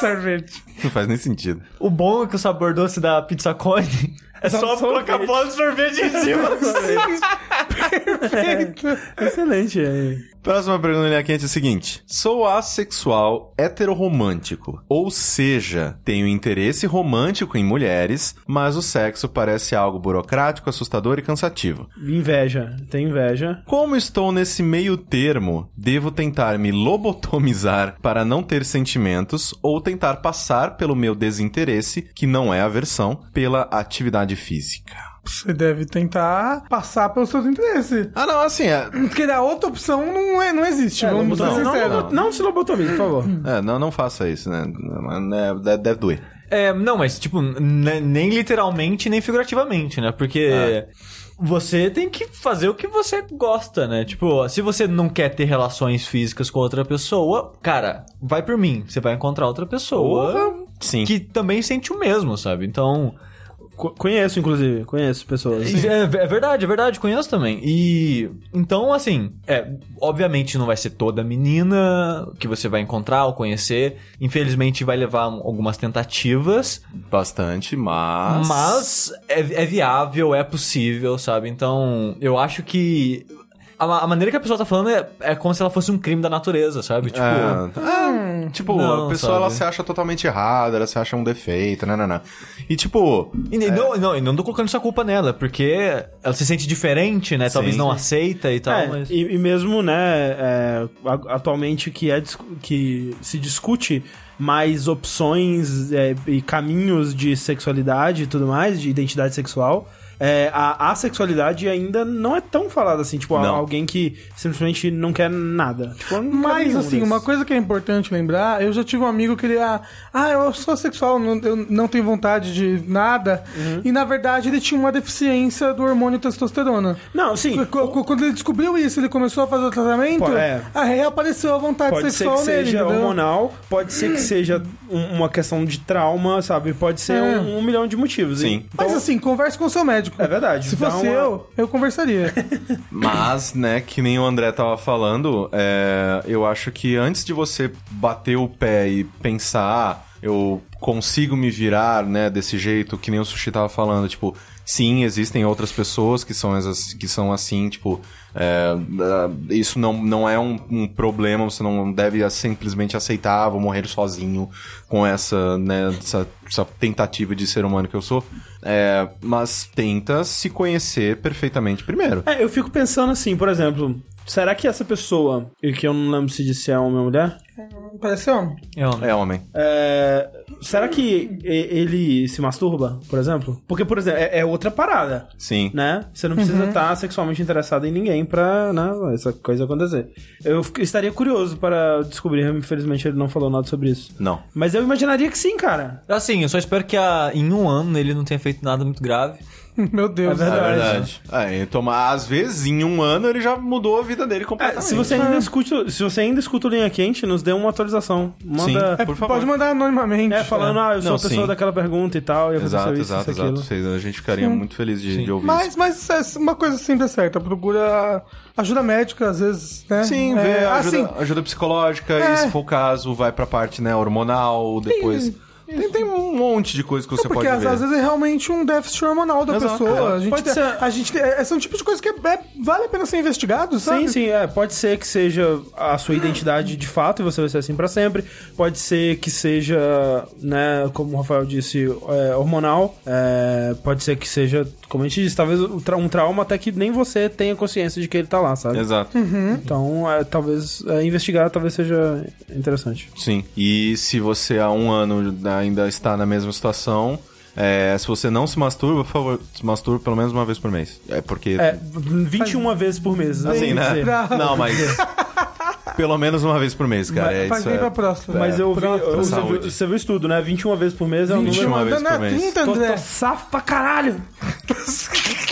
[SPEAKER 3] Sorvete.
[SPEAKER 1] Não faz nem sentido.
[SPEAKER 4] O bom é que o sabor doce da pizza cone é só, colocar pó de sorvete em cima.
[SPEAKER 3] Perfeito.
[SPEAKER 2] Excelente. é.
[SPEAKER 1] Próxima pergunta da linha quente é a seguinte: Sou assexual heteroromântico, ou seja, tenho interesse romântico em mulheres, mas o sexo parece algo burocrático, assustador e cansativo.
[SPEAKER 2] Inveja. Tem inveja.
[SPEAKER 1] Como estou nesse meio termo, devo tentar me lobotomizar para não ter sentimentos ou tentar passar pelo meu desinteresse, que não é aversão, pela atividade física?
[SPEAKER 3] Você deve tentar passar pelos seus interesses.
[SPEAKER 1] Ah, não, assim, é,
[SPEAKER 3] Porque a outra opção não, é, não existe, vamos ser
[SPEAKER 2] não,
[SPEAKER 3] sinceros.
[SPEAKER 2] um não, não se lobotomize, por favor.
[SPEAKER 1] é, não, não faça isso, né? É, deve- deve doer.
[SPEAKER 4] É, não, mas tipo, n- nem literalmente, nem figurativamente, né? Porque você tem que fazer o que você gosta, né? Tipo, se você não quer ter relações físicas com outra pessoa, cara, vai por mim. Você vai encontrar outra pessoa
[SPEAKER 1] Sim.
[SPEAKER 4] que também sente o mesmo, sabe? Então.
[SPEAKER 2] Co- conheço, inclusive. Conheço pessoas.
[SPEAKER 4] Isso É, é verdade, é verdade, conheço também. E então, assim, é, obviamente não vai ser toda menina que você vai encontrar ou conhecer. Infelizmente vai levar algumas tentativas,
[SPEAKER 1] Bastante, mas.
[SPEAKER 4] mas é, é viável, é possível, sabe? Então, eu acho que a, ma- a maneira que a pessoa tá falando é, é como se ela fosse um crime da natureza, sabe? Tipo,
[SPEAKER 1] É, ah, Tipo,
[SPEAKER 4] Não,
[SPEAKER 1] a pessoa ela
[SPEAKER 4] sabe.
[SPEAKER 1] se acha totalmente errada, ela se acha um defeito, né, né, né. E tipo,
[SPEAKER 4] E nem- não, não, e não tô colocando essa culpa nela, porque ela se sente diferente, né? Talvez
[SPEAKER 1] Sim.
[SPEAKER 4] não aceita e tal,
[SPEAKER 2] É,
[SPEAKER 4] mas.
[SPEAKER 2] e, e mesmo, né, é, a- atualmente que, é, dis- que se discute mais opções é, e caminhos de sexualidade e tudo mais, de identidade sexual, é, a, a sexualidade ainda não é tão falada assim, tipo, a-
[SPEAKER 1] Não.
[SPEAKER 2] alguém que simplesmente não quer nada. Tipo, eu não quero
[SPEAKER 3] Mas,
[SPEAKER 2] nenhum
[SPEAKER 3] assim,
[SPEAKER 2] desses.
[SPEAKER 3] uma coisa que é importante lembrar, eu já tive um amigo que ele, ah, ah eu sou sexual, não, eu não tenho vontade de nada.
[SPEAKER 2] Uhum.
[SPEAKER 3] E, na verdade, ele tinha uma deficiência do hormônio testosterona.
[SPEAKER 2] Não, sim,
[SPEAKER 3] Qu- qu- Quando ele descobriu isso, ele começou a fazer o tratamento,
[SPEAKER 2] Pô, é.
[SPEAKER 3] a reapareceu é a vontade
[SPEAKER 2] Pode ser
[SPEAKER 3] sexual
[SPEAKER 2] que
[SPEAKER 3] nele,
[SPEAKER 2] seja
[SPEAKER 3] entendeu?
[SPEAKER 2] hormonal, pode ser que seja um- uma questão de trauma, sabe? Pode ser
[SPEAKER 3] É.
[SPEAKER 2] um, um milhão de motivos.
[SPEAKER 1] Sim.
[SPEAKER 2] hein?
[SPEAKER 3] Mas, assim, converse com o seu médico.
[SPEAKER 2] Então, É verdade.
[SPEAKER 3] Se
[SPEAKER 2] dá
[SPEAKER 3] fosse
[SPEAKER 2] uma-
[SPEAKER 3] eu, eu conversaria.
[SPEAKER 1] Mas, né, que nem o André tava falando, é, eu acho que antes de você bater o pé e pensar, ah, eu consigo me virar, né, desse jeito, que nem o Sushi tava falando, tipo, sim, existem outras pessoas que são, essas- que são assim, tipo, é, ah, isso não, não é um, um problema, você não deve simplesmente aceitar, "Ah, vou morrer sozinho com essa, né, essa- essa tentativa de ser humano que eu sou. É, mas tenta se conhecer perfeitamente primeiro.
[SPEAKER 2] É, eu fico pensando assim, por exemplo, será que essa pessoa, e que eu não lembro se disse é homem ou mulher,
[SPEAKER 3] Parece homem.
[SPEAKER 4] É, homem.
[SPEAKER 1] É homem.
[SPEAKER 2] é, será que e- ele se masturba, por exemplo? Porque, por exemplo, é, é outra parada,
[SPEAKER 1] Sim.
[SPEAKER 2] né? Você não precisa estar sexualmente interessado em ninguém pra né, essa coisa acontecer. Eu fico- estaria curioso para descobrir, infelizmente ele não falou nada sobre isso.
[SPEAKER 1] Não.
[SPEAKER 2] Mas eu imaginaria que sim, cara.
[SPEAKER 4] Assim, eu só espero que a- em um ano ele não tenha feito nada muito grave.
[SPEAKER 3] Meu Deus.
[SPEAKER 2] É
[SPEAKER 1] É
[SPEAKER 2] verdade.
[SPEAKER 1] verdade. É, e toma, às vezes, em um ano, ele já mudou a vida dele
[SPEAKER 2] É,
[SPEAKER 1] completamente.
[SPEAKER 2] se você ainda escuta, se você ainda escuta o linha quente, nos dê uma atualização. Manda
[SPEAKER 1] Sim.
[SPEAKER 3] É,
[SPEAKER 1] por favor.
[SPEAKER 3] Pode mandar anonimamente.
[SPEAKER 2] É, falando, ah, eu sou
[SPEAKER 1] Não,
[SPEAKER 2] a pessoa
[SPEAKER 1] sim.
[SPEAKER 2] daquela pergunta e tal, e aconteceu
[SPEAKER 1] Exato,
[SPEAKER 2] isso,
[SPEAKER 1] exato,
[SPEAKER 2] isso, aquilo.
[SPEAKER 1] exato. Vocês- A gente ficaria muito feliz de, de ouvir
[SPEAKER 3] Mas,
[SPEAKER 1] isso.
[SPEAKER 3] mas é uma coisa sempre é certa, procura ajuda médica, às vezes, né?
[SPEAKER 1] Sim,
[SPEAKER 3] é,
[SPEAKER 1] vê, ajuda,
[SPEAKER 3] assim,
[SPEAKER 1] ajuda psicológica, e se for o caso, vai pra parte né, hormonal, depois. Tem, tem um monte de coisa que você pode
[SPEAKER 3] porque às,
[SPEAKER 1] ver.
[SPEAKER 3] às vezes é realmente um déficit hormonal da
[SPEAKER 1] Exato,
[SPEAKER 3] pessoa.
[SPEAKER 1] exato.
[SPEAKER 3] A gente,
[SPEAKER 2] Pode
[SPEAKER 3] tem-
[SPEAKER 2] ser-
[SPEAKER 3] a gente tem- é, é um tipo de coisa que é, é- vale a pena ser investigado, sabe?
[SPEAKER 2] Sim, sim, é. Pode ser que seja a sua identidade de fato e você vai ser assim pra sempre. Pode ser que seja, né, como o Rafael disse, é, hormonal. É, pode ser que seja, como a gente disse, talvez um tra- um trauma até que nem você tenha consciência de que ele tá lá, sabe?
[SPEAKER 1] Exato.
[SPEAKER 2] Então, é, talvez é, investigar talvez seja interessante.
[SPEAKER 1] Sim. E se você há um ano ainda está na mesma situação, é, se você não se masturba, por favor, se masturbe pelo menos uma vez por mês. É porque.
[SPEAKER 2] É, 21 vezes por mês, né?
[SPEAKER 1] Assim,
[SPEAKER 2] Quer
[SPEAKER 1] né?
[SPEAKER 2] dizer.
[SPEAKER 1] Não, mas. Pelo menos uma vez por mês, cara. é,
[SPEAKER 3] Faz
[SPEAKER 1] isso
[SPEAKER 3] bem
[SPEAKER 1] é-
[SPEAKER 3] pra próxima.
[SPEAKER 2] Mas eu vi, eu- você,
[SPEAKER 1] saúde.
[SPEAKER 2] viu, você viu o estudo, né? 21 vezes por mês é um número...
[SPEAKER 1] 21 uma vez
[SPEAKER 3] Manda na
[SPEAKER 1] por mês.
[SPEAKER 3] tinta,
[SPEAKER 2] Tô,
[SPEAKER 3] André.
[SPEAKER 2] tô safo pra caralho!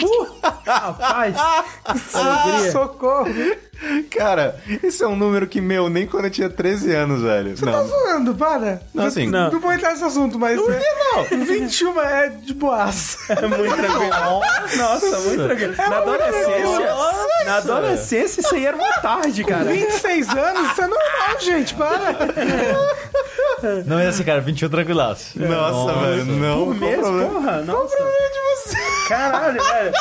[SPEAKER 2] uh, rapaz! que alegria.
[SPEAKER 3] Ah, Socorro.
[SPEAKER 1] Cara, esse é um número que, meu, nem quando eu tinha 13 anos, velho.
[SPEAKER 3] Tá
[SPEAKER 1] Não,
[SPEAKER 3] zoando, para.
[SPEAKER 1] não, assim. é,
[SPEAKER 2] Não.
[SPEAKER 3] Não vou entrar nesse assunto, mas. né, Por que não? 21 é de boaça.
[SPEAKER 2] É muito tranquilo. Nossa, muito tranquilo. Na adolescência, na adolescência isso aí era uma tarde, cara.
[SPEAKER 3] 26 anos, isso é normal, gente, para.
[SPEAKER 4] Não é assim, cara, 21 tranquilaço.
[SPEAKER 1] Nossa, velho, não.
[SPEAKER 2] Por
[SPEAKER 1] qual
[SPEAKER 2] mês,
[SPEAKER 1] um problema?
[SPEAKER 2] um porra, nossa. Caralho, velho.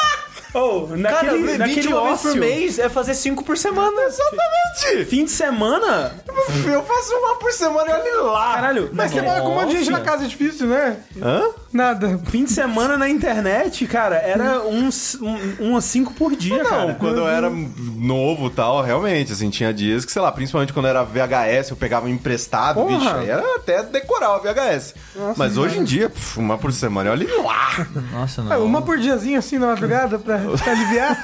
[SPEAKER 2] Ô, naquele,
[SPEAKER 4] Cara,
[SPEAKER 2] naquele
[SPEAKER 4] 21 vezes
[SPEAKER 2] ócio,
[SPEAKER 4] por mês é fazer 5 por semana.
[SPEAKER 1] Exatamente!
[SPEAKER 2] fim de semana...
[SPEAKER 1] Tipo, Eu faço uma por semana e olha lá.
[SPEAKER 2] Caralho,
[SPEAKER 3] Mas você mora com um monte de gente na
[SPEAKER 4] Nossa.
[SPEAKER 3] casa, é difícil, né?
[SPEAKER 1] Hã?
[SPEAKER 3] Nada.
[SPEAKER 2] Fim de semana na internet, cara, era uns, um, umas 5 por dia,
[SPEAKER 1] Não,
[SPEAKER 2] cara.
[SPEAKER 1] quando eu era novo e tal, realmente, assim, tinha dias que, sei lá, principalmente quando era VHS, eu pegava emprestado,
[SPEAKER 2] Porra.
[SPEAKER 1] bicho, aí era até decorar o VHS. Mas hoje em dia, pf, uma por semana, olha lá.
[SPEAKER 4] Nossa,
[SPEAKER 3] Ah,
[SPEAKER 4] não.
[SPEAKER 3] Uma por diazinho assim na madrugada pra, pra aliviar.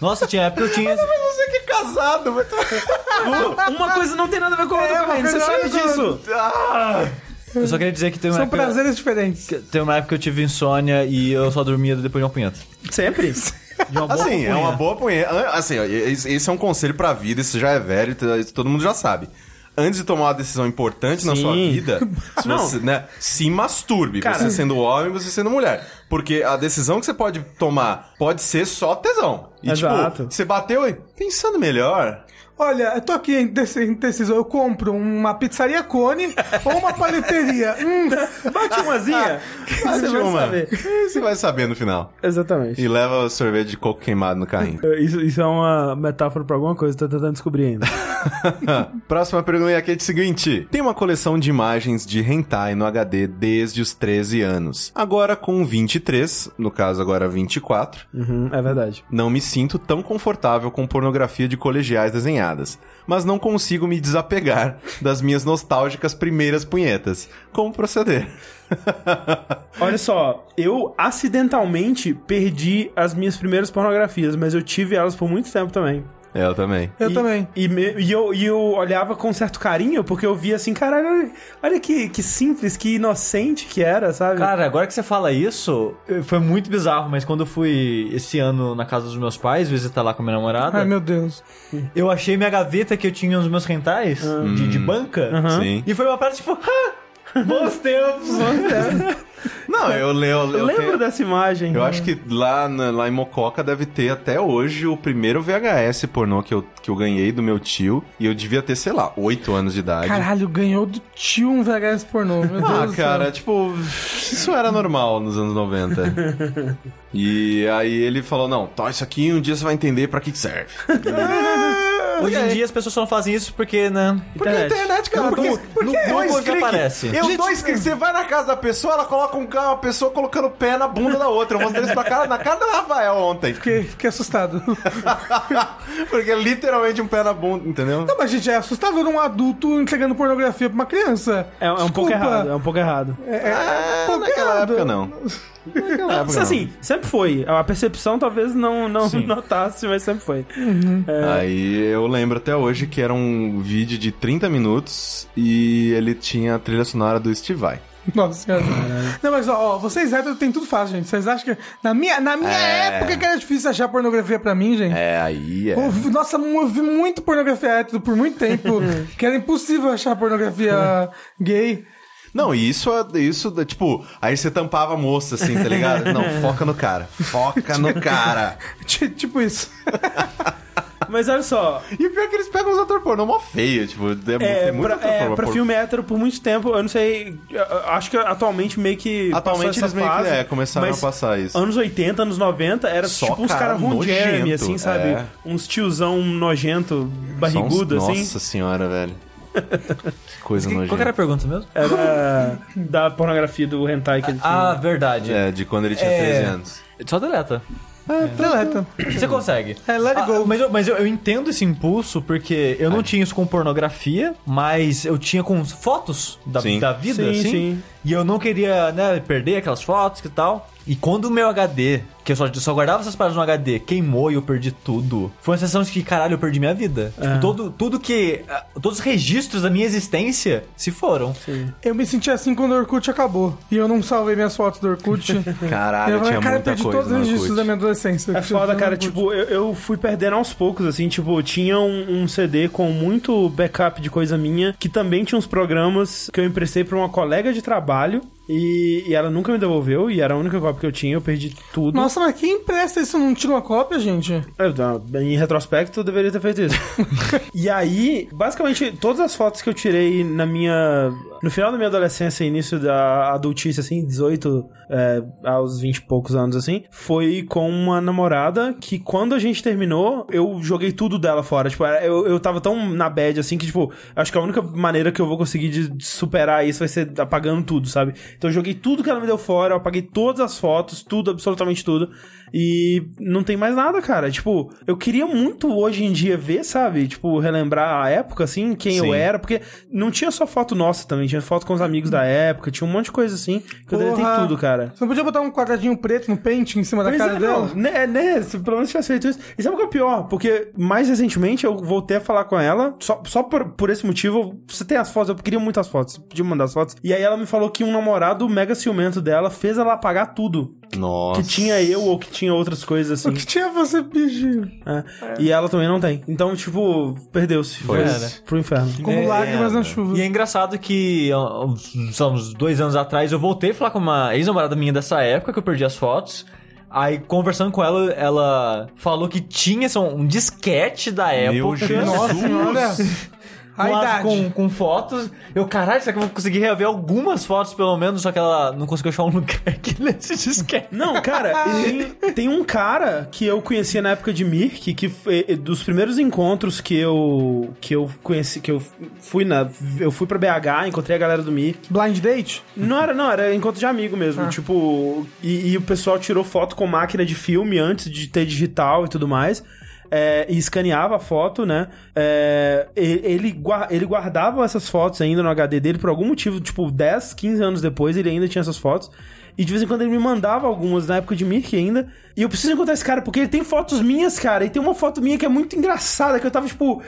[SPEAKER 4] Nossa, tinha época que eu tinha.
[SPEAKER 1] Você que é casado, vai tá-
[SPEAKER 2] Uma coisa não tem nada a ver com a outra,
[SPEAKER 3] É, uma
[SPEAKER 2] Corrêa,
[SPEAKER 3] coisa
[SPEAKER 2] você sabe
[SPEAKER 3] nada a ver com a
[SPEAKER 2] disso.
[SPEAKER 1] Ah,
[SPEAKER 4] Eu só queria dizer é que tem uma
[SPEAKER 3] São
[SPEAKER 4] época.
[SPEAKER 3] prazeres diferentes.
[SPEAKER 4] Tem uma época que eu tive insônia e eu só dormia depois de uma punheta.
[SPEAKER 2] Sempre.
[SPEAKER 4] De uma boa
[SPEAKER 1] Assim, é
[SPEAKER 4] punheta.
[SPEAKER 1] uma boa punheta. An- Assim, ó, esse esse é um conselho pra vida, isso já é velho, t- isso todo mundo já sabe. Antes de tomar uma decisão importante na
[SPEAKER 2] Sim.
[SPEAKER 1] sua vida, se,
[SPEAKER 2] Não.
[SPEAKER 1] você, né, se masturbe,
[SPEAKER 2] Cara.
[SPEAKER 1] você sendo homem, você sendo mulher. Porque a decisão que você pode tomar pode ser só tesão. E
[SPEAKER 2] Exato.
[SPEAKER 1] tipo, você bateu e pensando melhor.
[SPEAKER 3] Olha, eu tô aqui indec- indeciso. Eu compro uma pizzaria cone ou uma paleteria. Hum,
[SPEAKER 2] Bate umazinha. Ah, você vai
[SPEAKER 1] Dilma,
[SPEAKER 2] saber.
[SPEAKER 1] Você vai saber no final.
[SPEAKER 2] Exatamente.
[SPEAKER 1] E leva sorvete de coco queimado no carrinho.
[SPEAKER 2] Isso, isso é uma metáfora pra alguma coisa, tô tentando descobrir ainda.
[SPEAKER 1] Próxima pergunta é aqui é a seguinte: Tem uma coleção de imagens de hentai no HD desde os 13 anos. Agora com 23, no caso agora 24,
[SPEAKER 2] Uhum, é verdade.
[SPEAKER 1] não me sinto tão confortável com pornografia de colegiais desenhadas, mas não consigo me desapegar das minhas nostálgicas primeiras punhetas. Como proceder?
[SPEAKER 2] Olha só, eu acidentalmente perdi as minhas primeiras pornografias, mas eu tive elas por muito tempo também.
[SPEAKER 1] Eu também.
[SPEAKER 3] eu
[SPEAKER 2] E-
[SPEAKER 3] também.
[SPEAKER 2] E, me- e eu, e eu olhava com certo carinho, porque eu via assim, caralho, olha, olha que, que simples, que inocente que era, sabe?
[SPEAKER 4] Cara, agora que você fala isso, eh, foi muito bizarro, mas quando eu fui esse ano na casa dos meus pais visitar lá com a minha namorada,
[SPEAKER 3] Ai, Ah, meu Deus.
[SPEAKER 4] eu achei minha gaveta que eu tinha nos meus rentais, de, de banca,
[SPEAKER 2] Aham.
[SPEAKER 1] Hum. Sim.
[SPEAKER 4] e foi uma parada tipo, "Ah, bons tempos.
[SPEAKER 1] Não, eu leio. Eu,
[SPEAKER 2] eu lembro
[SPEAKER 1] tenho-
[SPEAKER 2] dessa imagem.
[SPEAKER 1] Eu acho
[SPEAKER 4] Uhum.
[SPEAKER 1] que lá, na- lá em Mococa deve ter até hoje o primeiro VHS pornô que eu, que eu ganhei do meu tio. E eu devia ter, sei lá, 8 anos de idade.
[SPEAKER 3] Caralho, ganhou do tio um VHS pornô. Meu Deus
[SPEAKER 1] Ah,
[SPEAKER 3] do céu.
[SPEAKER 1] cara, tipo, isso era normal nos anos 90. E aí ele falou: não, tá, isso aqui um dia você vai entender pra que que serve.
[SPEAKER 4] Hoje em dia as pessoas só não fazem isso porque, né?
[SPEAKER 2] Internet.
[SPEAKER 1] cara,
[SPEAKER 4] Não,
[SPEAKER 1] porque,
[SPEAKER 4] no-
[SPEAKER 1] porque
[SPEAKER 4] no
[SPEAKER 1] dois
[SPEAKER 4] Google já
[SPEAKER 1] cliques.
[SPEAKER 4] aparece.
[SPEAKER 1] Eu dois cliques. Você vai na casa da pessoa, ela coloca um carro, uma pessoa colocando o pé na bunda da outra. Eu mostrei isso pra cara, na cara do Rafael ontem.
[SPEAKER 3] Fiquei, fiquei assustado.
[SPEAKER 1] Porque é literalmente um pé na bunda, entendeu?
[SPEAKER 3] Não, mas, gente, é assustável um adulto entregando pornografia pra uma criança.
[SPEAKER 2] É, é um pouco
[SPEAKER 3] Desculpa.
[SPEAKER 2] errado, é um pouco errado.
[SPEAKER 1] É,
[SPEAKER 3] pô,
[SPEAKER 1] naquela
[SPEAKER 3] cara.
[SPEAKER 1] época não. Naquela época
[SPEAKER 2] assim, sempre foi. A percepção talvez não, não
[SPEAKER 4] Sim.
[SPEAKER 2] notasse, mas sempre foi. É.
[SPEAKER 1] não. Aí eu lembro até hoje que era um vídeo de 30 minutos e ele tinha a trilha sonora do Steve Vai.
[SPEAKER 3] Nossa senhora. Não, mas ó, ó, vocês héteros tem tudo fácil, gente. Vocês acham que. Na minha, na minha
[SPEAKER 1] É.
[SPEAKER 3] época que era difícil achar pornografia pra mim, gente.
[SPEAKER 1] É, aí é.
[SPEAKER 3] Eu vi- nossa, eu vi muito pornografia hétero por muito tempo. que era impossível achar pornografia gay.
[SPEAKER 1] Não, e isso é, isso é tipo, aí você tampava a moça assim, tá ligado?
[SPEAKER 2] É.
[SPEAKER 1] Não, foca no cara. Foca no cara.
[SPEAKER 3] Ti- Tipo isso.
[SPEAKER 2] Mas olha só,
[SPEAKER 1] E pior é que eles pegam os atores pornô mó feio, tipo, é,
[SPEAKER 2] é,
[SPEAKER 1] tem muito
[SPEAKER 2] pra,
[SPEAKER 1] ator
[SPEAKER 2] é,
[SPEAKER 1] pornô
[SPEAKER 2] pra
[SPEAKER 1] por-
[SPEAKER 2] filme hétero por muito tempo, eu não sei. eu- eu Acho que atualmente meio que.
[SPEAKER 1] Atualmente eles
[SPEAKER 2] passou essa
[SPEAKER 1] meio que
[SPEAKER 2] fase,
[SPEAKER 1] é, começaram a
[SPEAKER 2] mas
[SPEAKER 1] passar isso.
[SPEAKER 2] Anos 80, anos 90, era
[SPEAKER 1] Só
[SPEAKER 2] tipo uns
[SPEAKER 1] cara
[SPEAKER 2] caras Ron Jeremy,
[SPEAKER 1] nojento,
[SPEAKER 2] assim, sabe?
[SPEAKER 1] é.
[SPEAKER 2] Uns tiozão nojento,
[SPEAKER 1] Só uns-
[SPEAKER 2] barrigudo, assim.
[SPEAKER 1] Nossa senhora, velho. Que coisa nojenta.
[SPEAKER 4] Qual que era a pergunta mesmo?
[SPEAKER 2] Era da pornografia do hentai que ele tinha.
[SPEAKER 4] Ah, verdade.
[SPEAKER 1] É, de quando ele tinha
[SPEAKER 4] É.
[SPEAKER 1] 13 anos.
[SPEAKER 4] Só deleta.
[SPEAKER 3] É. Deleta.
[SPEAKER 4] Você consegue.
[SPEAKER 3] É, let it
[SPEAKER 4] Uhum. Ah,
[SPEAKER 3] go.
[SPEAKER 4] mas eu, mas eu, eu entendo esse impulso porque eu não tinha isso com pornografia, mas eu tinha com fotos da,
[SPEAKER 1] Sim.
[SPEAKER 4] da vida,
[SPEAKER 2] Sim,
[SPEAKER 4] assim.
[SPEAKER 2] sim.
[SPEAKER 4] E eu não queria, né, perder aquelas fotos e tal. E quando o meu HD, que eu só, só guardava essas paradas no HD, queimou e eu perdi tudo, foi uma sensação de que, caralho, eu perdi minha vida.
[SPEAKER 3] É.
[SPEAKER 4] Tipo, todo, tudo que. ah, Todos os registros da minha existência se foram.
[SPEAKER 3] Eu me senti assim quando o Orkut acabou. E eu não salvei minhas fotos do Orkut.
[SPEAKER 1] Caralho,
[SPEAKER 3] eu falei,
[SPEAKER 1] tinha
[SPEAKER 3] cara, eu
[SPEAKER 1] muita
[SPEAKER 3] perdi todos
[SPEAKER 1] coisa
[SPEAKER 3] os
[SPEAKER 1] no
[SPEAKER 3] registros
[SPEAKER 1] Orkut.
[SPEAKER 3] da minha adolescência.
[SPEAKER 2] É foda, cara.
[SPEAKER 3] Tipo,
[SPEAKER 2] Tipo, eu, eu fui perdendo aos poucos, assim. Tipo, tinha um, um CD com muito backup de coisa minha, que também tinha uns programas que eu emprestei pra uma colega de trabalho. E, e ela nunca me devolveu, e era a única cópia que eu tinha, eu perdi tudo.
[SPEAKER 3] Nossa, mas quem empresta isso não tira uma cópia, gente?
[SPEAKER 2] Eu, não, É, então, em retrospecto, eu deveria ter feito isso. e aí, basicamente, todas as fotos que eu tirei na minha. No final da minha adolescência, início da adultice, assim, 18 é, aos 20 e poucos anos, assim, foi com uma namorada que quando a gente terminou, eu joguei tudo dela fora. Tipo, era- eu, eu tava tão na bad, assim, que, tipo, acho que a única maneira que eu vou conseguir de de superar isso vai ser apagando tudo, sabe? Então eu joguei tudo que ela me deu fora, eu apaguei todas as fotos, tudo, absolutamente tudo. E não tem mais nada, cara. Tipo, eu queria muito hoje em dia ver, sabe? Tipo, relembrar a época, assim, quem eu
[SPEAKER 1] Sim.
[SPEAKER 2] era, porque não tinha só foto nossa também, tinha foto com os amigos da época, tinha um monte de coisa assim, que eu deletei
[SPEAKER 3] Porra.
[SPEAKER 2] tudo, cara.
[SPEAKER 3] Você não podia botar um quadradinho preto no pente em cima da
[SPEAKER 2] Pois
[SPEAKER 3] cara
[SPEAKER 2] é,
[SPEAKER 3] dela?
[SPEAKER 2] não, né, né, se pelo menos tivesse feito isso. E sabe o que é o pior? Porque mais recentemente eu voltei a falar com ela, só, só por, por esse motivo, você tem as fotos, eu queria muitas fotos, podia mandar as fotos. E aí ela me falou que um namorado mega ciumento dela fez ela apagar tudo.
[SPEAKER 1] Nossa.
[SPEAKER 2] Que tinha eu ou que tinha outras coisas assim.
[SPEAKER 3] O que tinha você, bicho?
[SPEAKER 2] né? E ela também não tem. Então, tipo, perdeu-se. Foi
[SPEAKER 4] Pois
[SPEAKER 2] pro inferno.
[SPEAKER 3] Como
[SPEAKER 4] É,
[SPEAKER 3] lágrimas na
[SPEAKER 1] é.
[SPEAKER 3] chuva.
[SPEAKER 4] E é engraçado que, ó, uns, uns- uns dois anos atrás, eu voltei a falar com uma ex-namorada minha dessa época, que eu perdi as fotos. Aí, conversando com ela, ela falou que tinha assim, um disquete da
[SPEAKER 1] Meu
[SPEAKER 4] época.
[SPEAKER 1] Jesus.
[SPEAKER 3] Nossa senhora. A
[SPEAKER 4] com, as-
[SPEAKER 3] idade.
[SPEAKER 4] com, com fotos. Eu, caralho, será que eu vou conseguir rever algumas fotos, pelo menos? Só que ela não conseguiu achar um lugar que lê esse disquete.
[SPEAKER 2] Não, cara, tem, tem um cara que eu conhecia na época de Mirk, que foi- eh, dos primeiros encontros que eu que eu conheci, que eu fui na eu fui para BH, encontrei a galera do Mirk.
[SPEAKER 3] Blind date?
[SPEAKER 2] Não era, não, era encontro de amigo mesmo, tipo, e, e o pessoal tirou foto com máquina de filme antes de ter digital e tudo mais. eh, e escaneava a foto, né? Eh, e- ele, gua- ele guardava essas fotos ainda no HD dele por algum motivo, tipo, 10, 15 anos depois ele ainda tinha essas fotos. E de vez em quando ele me mandava algumas na época de Mirk ainda. E eu preciso encontrar esse cara, porque ele tem fotos minhas, cara. E tem uma foto minha que é muito engraçada, que eu tava, tipo,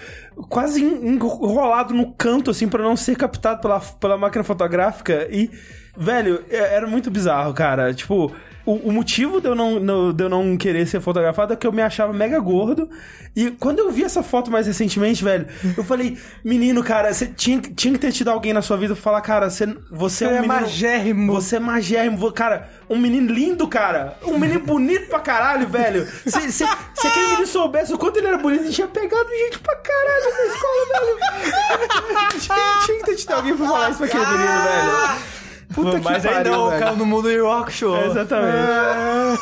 [SPEAKER 2] quase en- enrolado no canto, assim, pra não ser captado pela, pela máquina fotográfica. E, velho, é- era muito bizarro, cara. Tipo, o, o motivo de eu, não, no- de eu não querer ser fotografado é que eu me achava mega gordo. E quando eu vi essa foto mais recentemente, velho, eu falei, menino, cara, você tinha, que- tinha que ter tido alguém na sua vida pra falar, cara, você, você é um
[SPEAKER 3] Você é
[SPEAKER 2] menino-
[SPEAKER 3] magérrimo.
[SPEAKER 2] Você é magérrimo. vo- Cara, um menino lindo, cara. Um menino bonito pra caralho, velho. Se, se, se aquele menino soubesse o quanto ele era bonito, ele tinha pegado gente pra caralho na escola, velho. Tinha- Tinha que ter tido alguém pra falar isso pra aquele menino, velho. Puta
[SPEAKER 4] Mas
[SPEAKER 2] que
[SPEAKER 4] é aí
[SPEAKER 2] pariu,
[SPEAKER 4] não,
[SPEAKER 2] velho.
[SPEAKER 4] caiu no mundo de rock show.
[SPEAKER 2] É, Exatamente.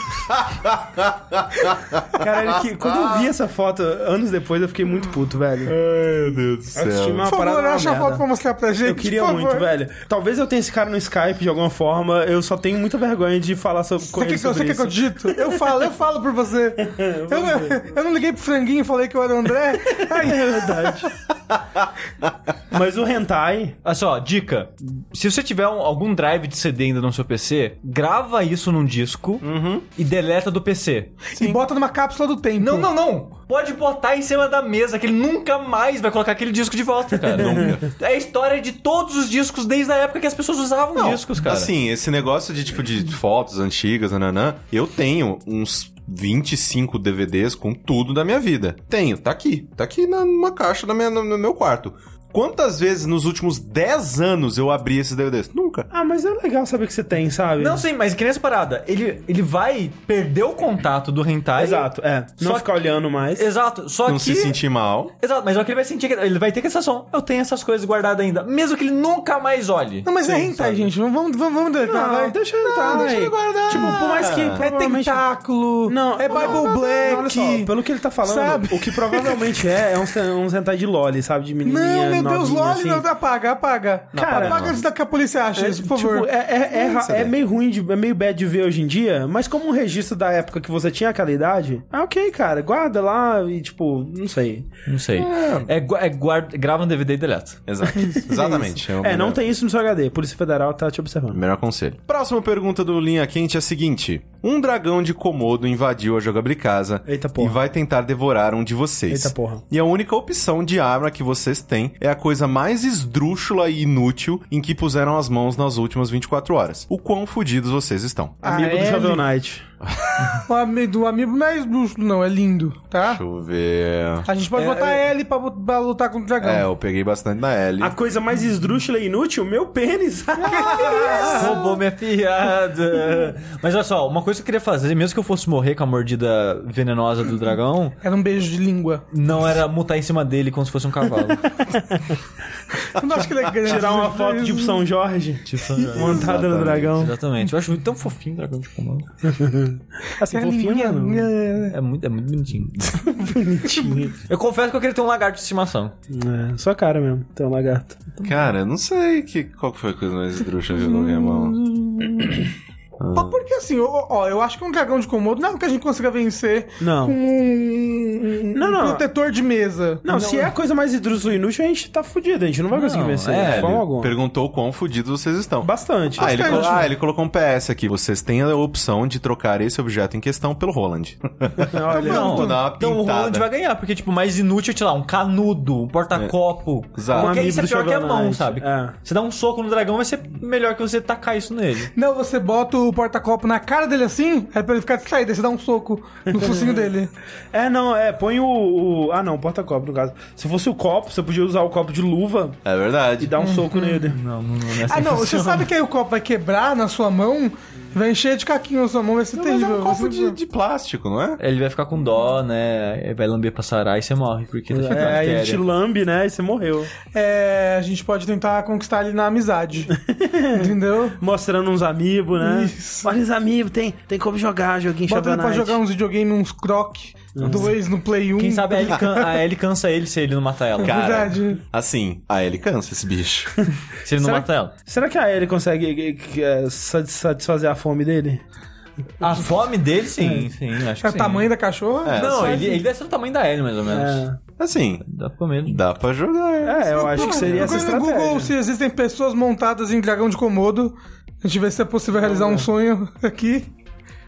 [SPEAKER 2] Caralho, que, quando eu vi essa foto anos depois, eu fiquei muito puto, velho.
[SPEAKER 1] Ai, meu Deus do
[SPEAKER 2] Autoestima
[SPEAKER 1] céu.
[SPEAKER 2] é uma
[SPEAKER 3] Por
[SPEAKER 2] parada
[SPEAKER 3] favor,
[SPEAKER 2] uma
[SPEAKER 3] acha a
[SPEAKER 2] merda.
[SPEAKER 3] foto pra mostrar pra gente.
[SPEAKER 2] Eu queria
[SPEAKER 3] por
[SPEAKER 2] muito,
[SPEAKER 3] favor.
[SPEAKER 2] velho. Talvez eu tenha esse cara no Skype de alguma forma. Eu só tenho muita vergonha de falar sobre
[SPEAKER 3] Você
[SPEAKER 2] coisas.
[SPEAKER 3] quer, que, eu- você quer que eu digito? Eu falo, eu falo por você. eu, eu não liguei pro franguinho e falei que eu era o André. Aí,
[SPEAKER 2] É verdade. Mas o hentai.
[SPEAKER 4] Olha Ah, só, dica. Se você tiver um- algum drive de CD ainda no seu PC, grava isso num disco e deleta do PC.
[SPEAKER 3] e bota numa cápsula do tempo.
[SPEAKER 4] Não, não, não. Pode botar em cima da mesa, que ele nunca mais vai colocar aquele disco de volta, cara. Nunca. É a história de todos os discos desde a época que as pessoas usavam discos, cara.
[SPEAKER 1] Assim, esse negócio de tipo de fotos antigas, nananã, eu tenho uns 25 DVDs com tudo da minha vida. Tenho, tá aqui. Tá aqui na, numa caixa na minha, no, no meu quarto. Quantas vezes nos últimos 10 anos eu abri esses DVDs? Nunca.
[SPEAKER 2] Ah, mas é legal saber que você tem, sabe?
[SPEAKER 4] Não, sim, mas que nem essa parada. Ele, ele vai perder o contato do hentai.
[SPEAKER 2] Exato, é. Não
[SPEAKER 4] Só
[SPEAKER 2] ficar olhando mais.
[SPEAKER 4] Exato. Só
[SPEAKER 1] Não
[SPEAKER 4] que...
[SPEAKER 1] se sentir mal.
[SPEAKER 4] Exato, mas só que ele vai sentir que ele vai ter que essa sensação. Eu tenho essas coisas guardadas ainda, mesmo que ele nunca mais olhe.
[SPEAKER 3] Não, mas é hentai, gente. Vamos, vamos, vamos, vamos deletar, vai.
[SPEAKER 2] Não, deixa eu entrar.
[SPEAKER 3] deixa ele guardar.
[SPEAKER 2] Tipo, por mais que
[SPEAKER 3] É
[SPEAKER 2] provavelmente...
[SPEAKER 3] tentáculo.
[SPEAKER 2] Não,
[SPEAKER 3] é
[SPEAKER 2] não, não, não,
[SPEAKER 3] Bible
[SPEAKER 2] não,
[SPEAKER 3] Black.
[SPEAKER 2] Olha só, pelo que ele tá falando,
[SPEAKER 3] sabe?
[SPEAKER 2] o que provavelmente é, é uns, uns hentai de loli, sabe? De menininha
[SPEAKER 3] Não, meu Deus,
[SPEAKER 2] novinha,
[SPEAKER 3] Loli,
[SPEAKER 2] assim.
[SPEAKER 3] não, apaga, apaga.
[SPEAKER 2] Cara,
[SPEAKER 3] apaga antes da que a polícia ache isso, por favor.
[SPEAKER 2] Tipo, é, é- é ra-
[SPEAKER 1] Nossa,
[SPEAKER 2] é
[SPEAKER 1] velho.
[SPEAKER 2] meio ruim, de, é meio bad de ver hoje em dia, mas como um registro da época que você tinha aquela idade, ah, ok, cara, guarda lá e, tipo, não sei.
[SPEAKER 4] Não sei. É, gu- é guarda, grava um DVD e deleta.
[SPEAKER 3] É
[SPEAKER 1] Exato. Exatamente. o
[SPEAKER 2] É, não
[SPEAKER 1] melhor-
[SPEAKER 2] tem isso no seu HD, Polícia Federal tá te observando.
[SPEAKER 1] Melhor conselho. Próxima pergunta do Linha Quente é a seguinte: Um dragão de Komodo invadiu a Jogabricasa
[SPEAKER 2] Eita porra.
[SPEAKER 1] e vai tentar devorar um de vocês.
[SPEAKER 2] Eita porra.
[SPEAKER 1] E a única opção de arma que vocês têm é a coisa mais esdrúxula e inútil em que puseram as mãos nas últimas 24 horas. O quão fodidos vocês estão.
[SPEAKER 2] Amigo do né?
[SPEAKER 3] é,
[SPEAKER 2] Shovel Knight.
[SPEAKER 3] O amigo, do amigo não é bruxo, não, é lindo, tá?
[SPEAKER 1] Deixa eu ver.
[SPEAKER 3] A gente
[SPEAKER 2] É,
[SPEAKER 3] pode botar L pra, bot- pra lutar contra o dragão.
[SPEAKER 1] É, eu peguei bastante na L.
[SPEAKER 2] um A coisa mais esdrúxula e inútil, meu pênis.
[SPEAKER 4] Roubou minha piada. Mas olha só, uma coisa que eu queria fazer, mesmo que eu fosse morrer com a mordida venenosa do dragão,
[SPEAKER 3] Era um beijo de língua.
[SPEAKER 4] não era mutar em cima dele como se fosse um cavalo.
[SPEAKER 3] Eu não acho que ele um é grande.
[SPEAKER 2] Tirar uma foto de São Jorge. Montada no
[SPEAKER 1] Exatamente.
[SPEAKER 2] dragão.
[SPEAKER 4] Exatamente. Eu acho tão fofinho o dragão de comando.
[SPEAKER 2] Assim,
[SPEAKER 3] É
[SPEAKER 2] fofinha,
[SPEAKER 3] linguinha,
[SPEAKER 2] mano. Tipo,
[SPEAKER 3] é.
[SPEAKER 4] É muito, é muito bonitinho. Eu confesso que eu queria ter um lagarto de estimação.
[SPEAKER 2] É, sua cara mesmo, tem um lagarto.
[SPEAKER 1] Cara, eu não sei que, qual que foi a coisa mais esdrúxula que eu coloquei a
[SPEAKER 2] Hum,
[SPEAKER 1] mão.
[SPEAKER 3] Mas Porque assim, ó, ó, eu acho que um dragão de Komodo não é que a gente consiga vencer
[SPEAKER 2] Não.
[SPEAKER 3] com um, um
[SPEAKER 2] Não, não.
[SPEAKER 3] protetor de mesa.
[SPEAKER 2] Hum. Não, se é a coisa mais esdrúxula e inútil, a gente tá fudido, a gente não vai conseguir
[SPEAKER 4] Não,
[SPEAKER 2] vencer.
[SPEAKER 4] é,
[SPEAKER 2] de forma
[SPEAKER 1] Ele
[SPEAKER 2] alguma.
[SPEAKER 1] Perguntou quão fodidos vocês estão.
[SPEAKER 2] Bastante.
[SPEAKER 1] Ah ele,
[SPEAKER 3] Bastante.
[SPEAKER 1] colo- ah, ele colocou um PS aqui. Vocês têm a opção de trocar esse objeto em questão pelo Roland.
[SPEAKER 2] Olha,
[SPEAKER 1] Não, vou dar uma
[SPEAKER 4] Então o Roland
[SPEAKER 1] pintada.
[SPEAKER 4] vai ganhar, porque, tipo, mais inútil, sei lá, um canudo, um porta-copo.
[SPEAKER 1] Exato.
[SPEAKER 4] Porque
[SPEAKER 2] Um
[SPEAKER 4] isso é
[SPEAKER 2] amiibo
[SPEAKER 4] pior
[SPEAKER 2] do
[SPEAKER 4] que a
[SPEAKER 2] Shovel
[SPEAKER 4] mão,
[SPEAKER 2] Knight.
[SPEAKER 4] sabe?
[SPEAKER 2] É.
[SPEAKER 4] Você dá um soco no dragão, vai ser melhor que você tacar isso nele.
[SPEAKER 3] Não, você bota o porta-copo na cara dele assim, é pra ele ficar distraído, aí você dá um soco no focinho dele.
[SPEAKER 2] É, não, é, põe o. o- ah, não, porta-copo, no caso. Se fosse o copo, você podia usar o copo de luva
[SPEAKER 1] É verdade.
[SPEAKER 3] Uhum.
[SPEAKER 2] e dar um soco nele.
[SPEAKER 4] Não, não, não é assim
[SPEAKER 3] Ah,
[SPEAKER 4] que
[SPEAKER 3] não, você
[SPEAKER 4] funciona.
[SPEAKER 3] sabe que aí o copo vai quebrar na sua mão Vai encher de caquinho na sua mão, vai ser
[SPEAKER 1] Mas é
[SPEAKER 3] terrível.
[SPEAKER 1] um
[SPEAKER 3] vai
[SPEAKER 1] copo
[SPEAKER 3] ser
[SPEAKER 1] de, de plástico, não é?
[SPEAKER 4] Ele vai ficar com dó, né? Ele vai lamber pra sarar e você morre, porque tá cheio de
[SPEAKER 2] É, aí ele
[SPEAKER 4] bactéria.
[SPEAKER 2] te lambe, né? E você morreu.
[SPEAKER 3] É, a gente pode tentar conquistar ele na amizade. entendeu?
[SPEAKER 2] Mostrando uns amigos, né?
[SPEAKER 3] Isso.
[SPEAKER 2] Olha os amigos, tem, tem como jogar joguinho
[SPEAKER 3] Bota ele pra
[SPEAKER 2] Shovel
[SPEAKER 3] jogar
[SPEAKER 2] Knight. Uhum.
[SPEAKER 3] uns videogame, uns croc, um dois no Play 1.
[SPEAKER 4] Quem sabe é a Ellie, can- a Ellie cansa ele se ele não matar ela.
[SPEAKER 1] Cara,
[SPEAKER 3] Verdade.
[SPEAKER 1] assim, a ele cansa esse bicho.
[SPEAKER 4] Se ele não
[SPEAKER 2] Será
[SPEAKER 4] mata ela.
[SPEAKER 3] um-
[SPEAKER 2] Será que a Ellie consegue eh, eh, sat- satisfazer a fome dele?
[SPEAKER 4] A fome dele, sim, sim, acho que
[SPEAKER 3] É o
[SPEAKER 4] sim.
[SPEAKER 3] tamanho da É. cachorra?
[SPEAKER 1] É.
[SPEAKER 4] Não,
[SPEAKER 1] Só
[SPEAKER 4] ele, ele deve ser do tamanho da Ellie, mais ou menos.
[SPEAKER 1] Assim,
[SPEAKER 4] Dá pra comer.
[SPEAKER 1] dá pra jogar.
[SPEAKER 2] É, eu acho que seria essa
[SPEAKER 3] Procura no
[SPEAKER 2] estratégia.
[SPEAKER 3] Google se existem pessoas montadas em dragão de Komodo. A gente vê se é possível realizar
[SPEAKER 2] né?
[SPEAKER 3] um sonho aqui.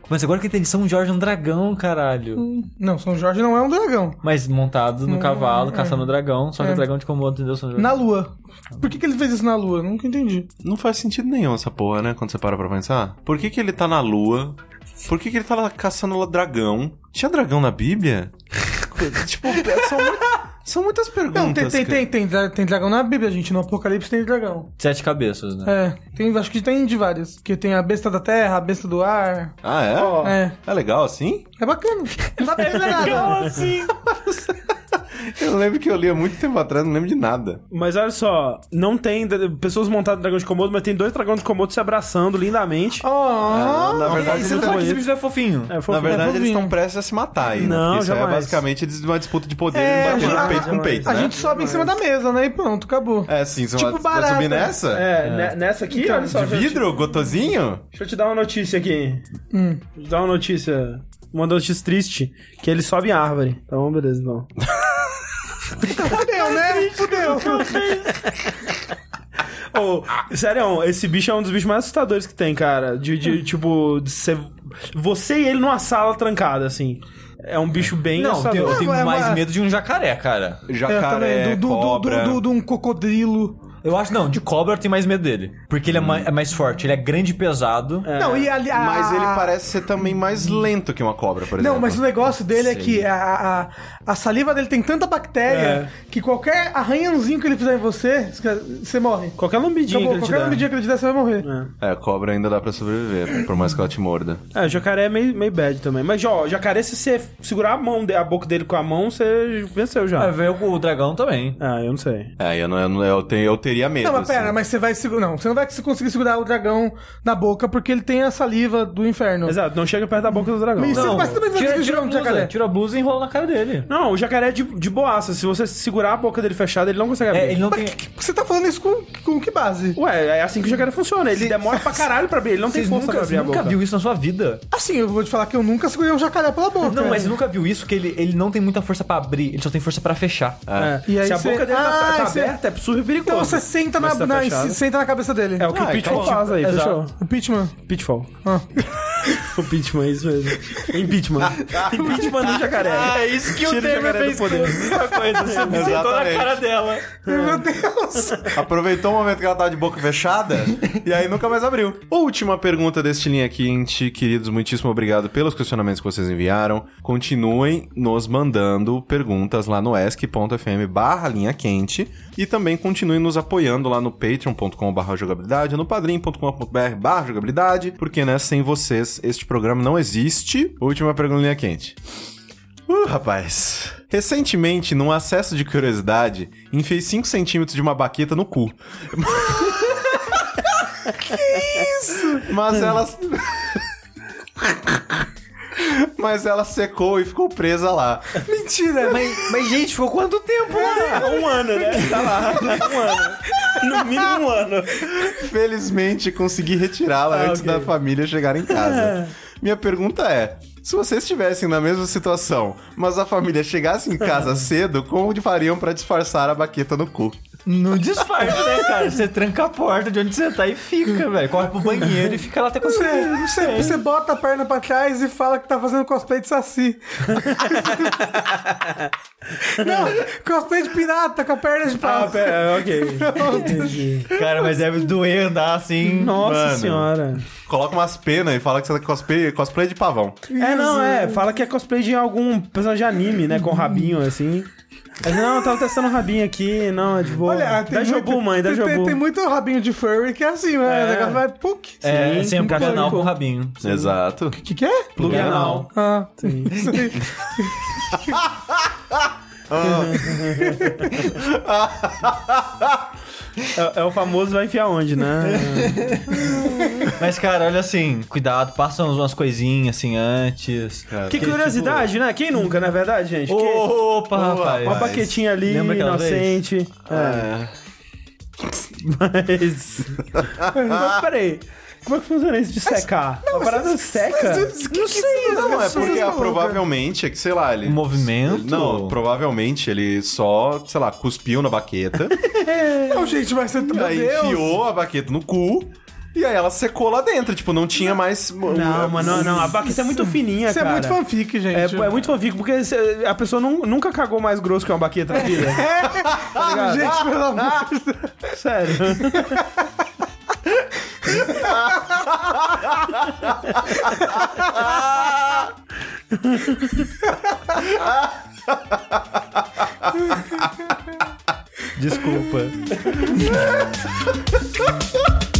[SPEAKER 4] Mas agora que tem São Jorge é um dragão, caralho.
[SPEAKER 3] Não, São Jorge não é um dragão.
[SPEAKER 4] Mas montado no cavalo, caçando o dragão. Só que
[SPEAKER 3] É.
[SPEAKER 4] o dragão de Komodo, entendeu, São Jorge?
[SPEAKER 3] Na lua. Por que, que ele fez isso na lua? Nunca entendi.
[SPEAKER 1] Não faz sentido nenhum essa porra, né? Quando você para pra pensar. Por que, que ele tá na lua? Por que, que ele tá lá caçando lá dragão? Tinha dragão na Bíblia? tipo, são, mu- são muitas perguntas.
[SPEAKER 2] então
[SPEAKER 3] Não, tem, tem,
[SPEAKER 1] cara.
[SPEAKER 3] tem, tem, dra- tem dragão na Bíblia, gente. No Apocalipse tem dragão.
[SPEAKER 4] Sete cabeças, né?
[SPEAKER 3] É, tem, acho que tem de várias. Porque tem a besta da terra, a besta do ar.
[SPEAKER 1] Ah, é?
[SPEAKER 2] Ó.
[SPEAKER 3] É,
[SPEAKER 1] É legal assim?
[SPEAKER 3] é bacana. Não dá pra entender nada.
[SPEAKER 1] Eu lembro que eu li há muito tempo atrás, não lembro de nada.
[SPEAKER 2] Mas olha só, não tem dra- pessoas montadas em dragão de Komodo, mas tem dois dragões de Komodo se abraçando lindamente.
[SPEAKER 3] Ó, tá
[SPEAKER 1] na verdade,
[SPEAKER 4] e você
[SPEAKER 1] eles
[SPEAKER 4] não sabe que esse
[SPEAKER 2] bonito.
[SPEAKER 4] bicho é fofinho.
[SPEAKER 2] É, foi-
[SPEAKER 1] na verdade,
[SPEAKER 3] fofinho.
[SPEAKER 1] eles estão prestes a se matar aí, né?
[SPEAKER 2] Não,
[SPEAKER 1] Porque isso aí é
[SPEAKER 2] jamais.
[SPEAKER 1] basicamente eles- uma disputa de poder,
[SPEAKER 3] É,
[SPEAKER 1] é,
[SPEAKER 3] a gente-
[SPEAKER 1] batendo peito
[SPEAKER 2] a-
[SPEAKER 1] com peito,
[SPEAKER 3] a
[SPEAKER 1] né?
[SPEAKER 3] gente sobe em cima da mesa, né? E pronto, acabou.
[SPEAKER 1] É, sim, você
[SPEAKER 3] tipo
[SPEAKER 1] vai, vai
[SPEAKER 3] barata.
[SPEAKER 1] subir nessa?
[SPEAKER 2] É, ne- nessa aqui, olha só.
[SPEAKER 1] De
[SPEAKER 2] deixa eu te-
[SPEAKER 1] vidro, gotozinho?
[SPEAKER 2] Deixa eu te dar uma notícia aqui.
[SPEAKER 3] Hum.
[SPEAKER 2] Deixa eu te dar uma notícia. Uma notícia triste, que ele sobe em árvore. Então, beleza, então.
[SPEAKER 3] Fudeu, né? Fudeu.
[SPEAKER 2] Ô, sério, esse bicho é um dos bichos mais assustadores que tem, cara. De, de, tipo, de ser- você e ele numa sala trancada, assim. É um bicho bem
[SPEAKER 4] Não, eu tenho, eu
[SPEAKER 2] assustador.
[SPEAKER 4] tenho
[SPEAKER 3] Não, é
[SPEAKER 4] mais
[SPEAKER 3] uma-
[SPEAKER 4] medo de um jacaré, cara.
[SPEAKER 3] É,
[SPEAKER 1] Jacaré,
[SPEAKER 3] do, do, do,
[SPEAKER 1] cobra...
[SPEAKER 3] do, do, do um cocodrilo.
[SPEAKER 4] Eu acho, não, de cobra eu tenho mais medo dele. Porque
[SPEAKER 3] Hum.
[SPEAKER 4] ele é, mais, é mais forte, ele é grande e pesado.
[SPEAKER 3] Não, e ali. a-
[SPEAKER 1] Mas ele parece ser também mais lento que uma cobra, por exemplo.
[SPEAKER 3] Ah. Não, mas o negócio dele é que a, a, a saliva dele tem tanta bactéria que qualquer arranhãozinho que ele fizer em você, você morre.
[SPEAKER 2] Qualquer lambidinha
[SPEAKER 3] Acabou,
[SPEAKER 2] que ele te
[SPEAKER 3] qualquer
[SPEAKER 2] dá.
[SPEAKER 3] lambidinha que ele te der, você vai morrer.
[SPEAKER 1] É, a cobra ainda dá pra sobreviver, por mais que ela te morda.
[SPEAKER 2] É, jacaré é meio, meio bad também. Mas, ó, jacaré, se você segurar a mão, de- a boca dele com a mão, você venceu já.
[SPEAKER 4] É, veio o dragão também.
[SPEAKER 2] Ah, eu não sei.
[SPEAKER 1] É, eu, não, eu, não- eu, tenho, eu teria medo.
[SPEAKER 3] Não, mas pera,
[SPEAKER 1] assim.
[SPEAKER 3] mas você vai segurar. Não, você não vai conseguir segurar o dragão na boca porque ele tem a saliva do inferno.
[SPEAKER 2] Exato, não chega perto da boca do dragão.
[SPEAKER 3] Mas
[SPEAKER 2] Não.
[SPEAKER 3] você- mas também não vai
[SPEAKER 4] tira,
[SPEAKER 3] conseguir
[SPEAKER 4] tira, a
[SPEAKER 3] jogar um
[SPEAKER 4] blusa,
[SPEAKER 3] jacaré.
[SPEAKER 4] tira a blusa e enrola na cara dele.
[SPEAKER 2] Não, o jacaré é de, de boaça. Se você segurar a boca dele fechada, ele não consegue abrir.
[SPEAKER 4] É, ele não
[SPEAKER 3] Mas
[SPEAKER 4] tem...
[SPEAKER 3] que- que- você tá falando isso com, com que base?
[SPEAKER 2] Ué, é assim que o jacaré funciona. Ele demora pra caralho pra abrir. Ele não tem
[SPEAKER 4] Vocês
[SPEAKER 2] força pra
[SPEAKER 4] nunca,
[SPEAKER 2] abrir a
[SPEAKER 4] nunca
[SPEAKER 2] boca.
[SPEAKER 4] viu isso na sua vida.
[SPEAKER 3] Assim, eu vou te falar que eu nunca segurei um jacaré pela boca.
[SPEAKER 4] Não, mas você nunca viu isso, que ele, ele não tem muita força pra abrir, ele só tem força pra fechar.
[SPEAKER 2] É.
[SPEAKER 3] E aí
[SPEAKER 2] Se a
[SPEAKER 3] você-
[SPEAKER 2] boca dele tá,
[SPEAKER 3] Ah,
[SPEAKER 2] tá
[SPEAKER 3] e você-
[SPEAKER 2] aberta, é super perigoso.
[SPEAKER 3] Então você senta na,
[SPEAKER 2] Mas tá
[SPEAKER 3] na-
[SPEAKER 2] fechado.
[SPEAKER 3] se- senta na cabeça dele.
[SPEAKER 2] É o que
[SPEAKER 1] Ah,
[SPEAKER 2] o
[SPEAKER 1] é
[SPEAKER 2] Pitfall
[SPEAKER 1] que-
[SPEAKER 2] faz aí,
[SPEAKER 4] Exato.
[SPEAKER 2] fechou?
[SPEAKER 3] O Pitman.
[SPEAKER 2] Pitfall.
[SPEAKER 3] Ah.
[SPEAKER 2] o Pitman, é isso mesmo. Impeachment. Impeachment do jacaré.
[SPEAKER 4] isso que
[SPEAKER 2] o Temer fez com
[SPEAKER 4] mesma coisa. Você
[SPEAKER 1] sentou na cara
[SPEAKER 4] dela.
[SPEAKER 2] É.
[SPEAKER 3] Meu Deus.
[SPEAKER 1] Aproveitou o momento que ela tava de boca fechada e aí nunca mais abriu. Última pergunta deste linha quente, queridos. Muitíssimo obrigado pelos questionamentos que vocês enviaram. Continuem nos mandando perguntas lá no esc.fm barra linha quente e também continuem nos apoiando lá no patreon.com barra jogabilidade, no padrim.com.br barra jogabilidade, porque né, sem vocês este programa não existe. Última pergunta linha quente. Uh, rapaz. Recentemente, num acesso de curiosidade, enfiei 5 centímetros de uma baqueta no cu. que isso? Mas ela. Mas ela secou e ficou presa lá.
[SPEAKER 3] Mentira.
[SPEAKER 4] Mas, mas, gente, ficou quanto tempo lá?
[SPEAKER 2] Um ano, né? Tá lá. Um ano. No mínimo um ano.
[SPEAKER 1] Felizmente, consegui retirá-la
[SPEAKER 2] Ah,
[SPEAKER 1] antes
[SPEAKER 2] ok.
[SPEAKER 1] da família chegar em casa. Minha pergunta é. Se vocês estivessem na mesma situação, mas a família chegasse em casa cedo, como fariam pra disfarçar a baqueta no cu?
[SPEAKER 4] Não disfarça, né, cara? Você tranca a porta de onde você tá e fica, velho. Corre pro banheiro e fica lá até quando
[SPEAKER 3] Você,
[SPEAKER 4] você...
[SPEAKER 2] É.
[SPEAKER 3] você, você bota a perna pra trás e fala que tá fazendo cosplay de saci. Não, cosplay de pirata com a perna de pau.
[SPEAKER 2] Ah, pera, ok.
[SPEAKER 4] Cara, mas deve doer andar assim.
[SPEAKER 2] Nossa
[SPEAKER 1] Mano.
[SPEAKER 2] senhora.
[SPEAKER 1] Coloca umas penas e fala que você tá cosplay, cosplay de pavão.
[SPEAKER 2] É, não, é. Fala que é cosplay de algum personagem de anime, né? Com um rabinho, assim. Mas, Não, eu tava testando o rabinho aqui, não, é de boa. dá Jobu, mãe, dá
[SPEAKER 3] tem, tem-
[SPEAKER 2] Jobu.
[SPEAKER 3] Tem muito rabinho de furry que é assim, né? O negócio vai puk.
[SPEAKER 4] É, sem um
[SPEAKER 2] não
[SPEAKER 4] caixa
[SPEAKER 2] pode,
[SPEAKER 4] anal
[SPEAKER 2] pô.
[SPEAKER 4] com rabinho.
[SPEAKER 1] Exato.
[SPEAKER 3] O que, que é?
[SPEAKER 4] Plug anal.
[SPEAKER 3] Ah,
[SPEAKER 2] É, é o famoso vai enfiar onde, né?
[SPEAKER 4] Mas, cara, olha assim, cuidado, passa umas umas coisinhas assim antes.
[SPEAKER 1] Cara,
[SPEAKER 2] que curiosidade, né? Quem nunca, na verdade, gente? Que-
[SPEAKER 4] Opa, rapaz.
[SPEAKER 2] uma baquetinha ali,
[SPEAKER 4] Lembra aquela
[SPEAKER 2] inocente.
[SPEAKER 1] É.
[SPEAKER 2] Mas... Mas peraí, como é que funciona isso de secar? a parada seca?
[SPEAKER 3] não sei,
[SPEAKER 1] Não, é porque ah, provavelmente é que, sei lá, ele.
[SPEAKER 4] Um movimento?
[SPEAKER 1] Não, provavelmente ele só, sei lá, cuspiu na baqueta.
[SPEAKER 3] Não, gente, mas você...
[SPEAKER 1] e
[SPEAKER 3] Meu
[SPEAKER 1] aí
[SPEAKER 3] Deus.
[SPEAKER 1] enfiou a baqueta no cu. E aí ela secou lá dentro. Tipo, não tinha mais. um,
[SPEAKER 2] Não, mas não, não. A baqueta é muito fininha,
[SPEAKER 3] Isso é
[SPEAKER 2] cara.
[SPEAKER 3] muito fanfic, gente.
[SPEAKER 2] É, é muito fanfic, porque cê- a pessoa nun- nunca cagou mais grosso que uma baqueta na vida.
[SPEAKER 3] Ah, Gente, pelo amor de Deus.
[SPEAKER 2] Sério.
[SPEAKER 4] Desculpa.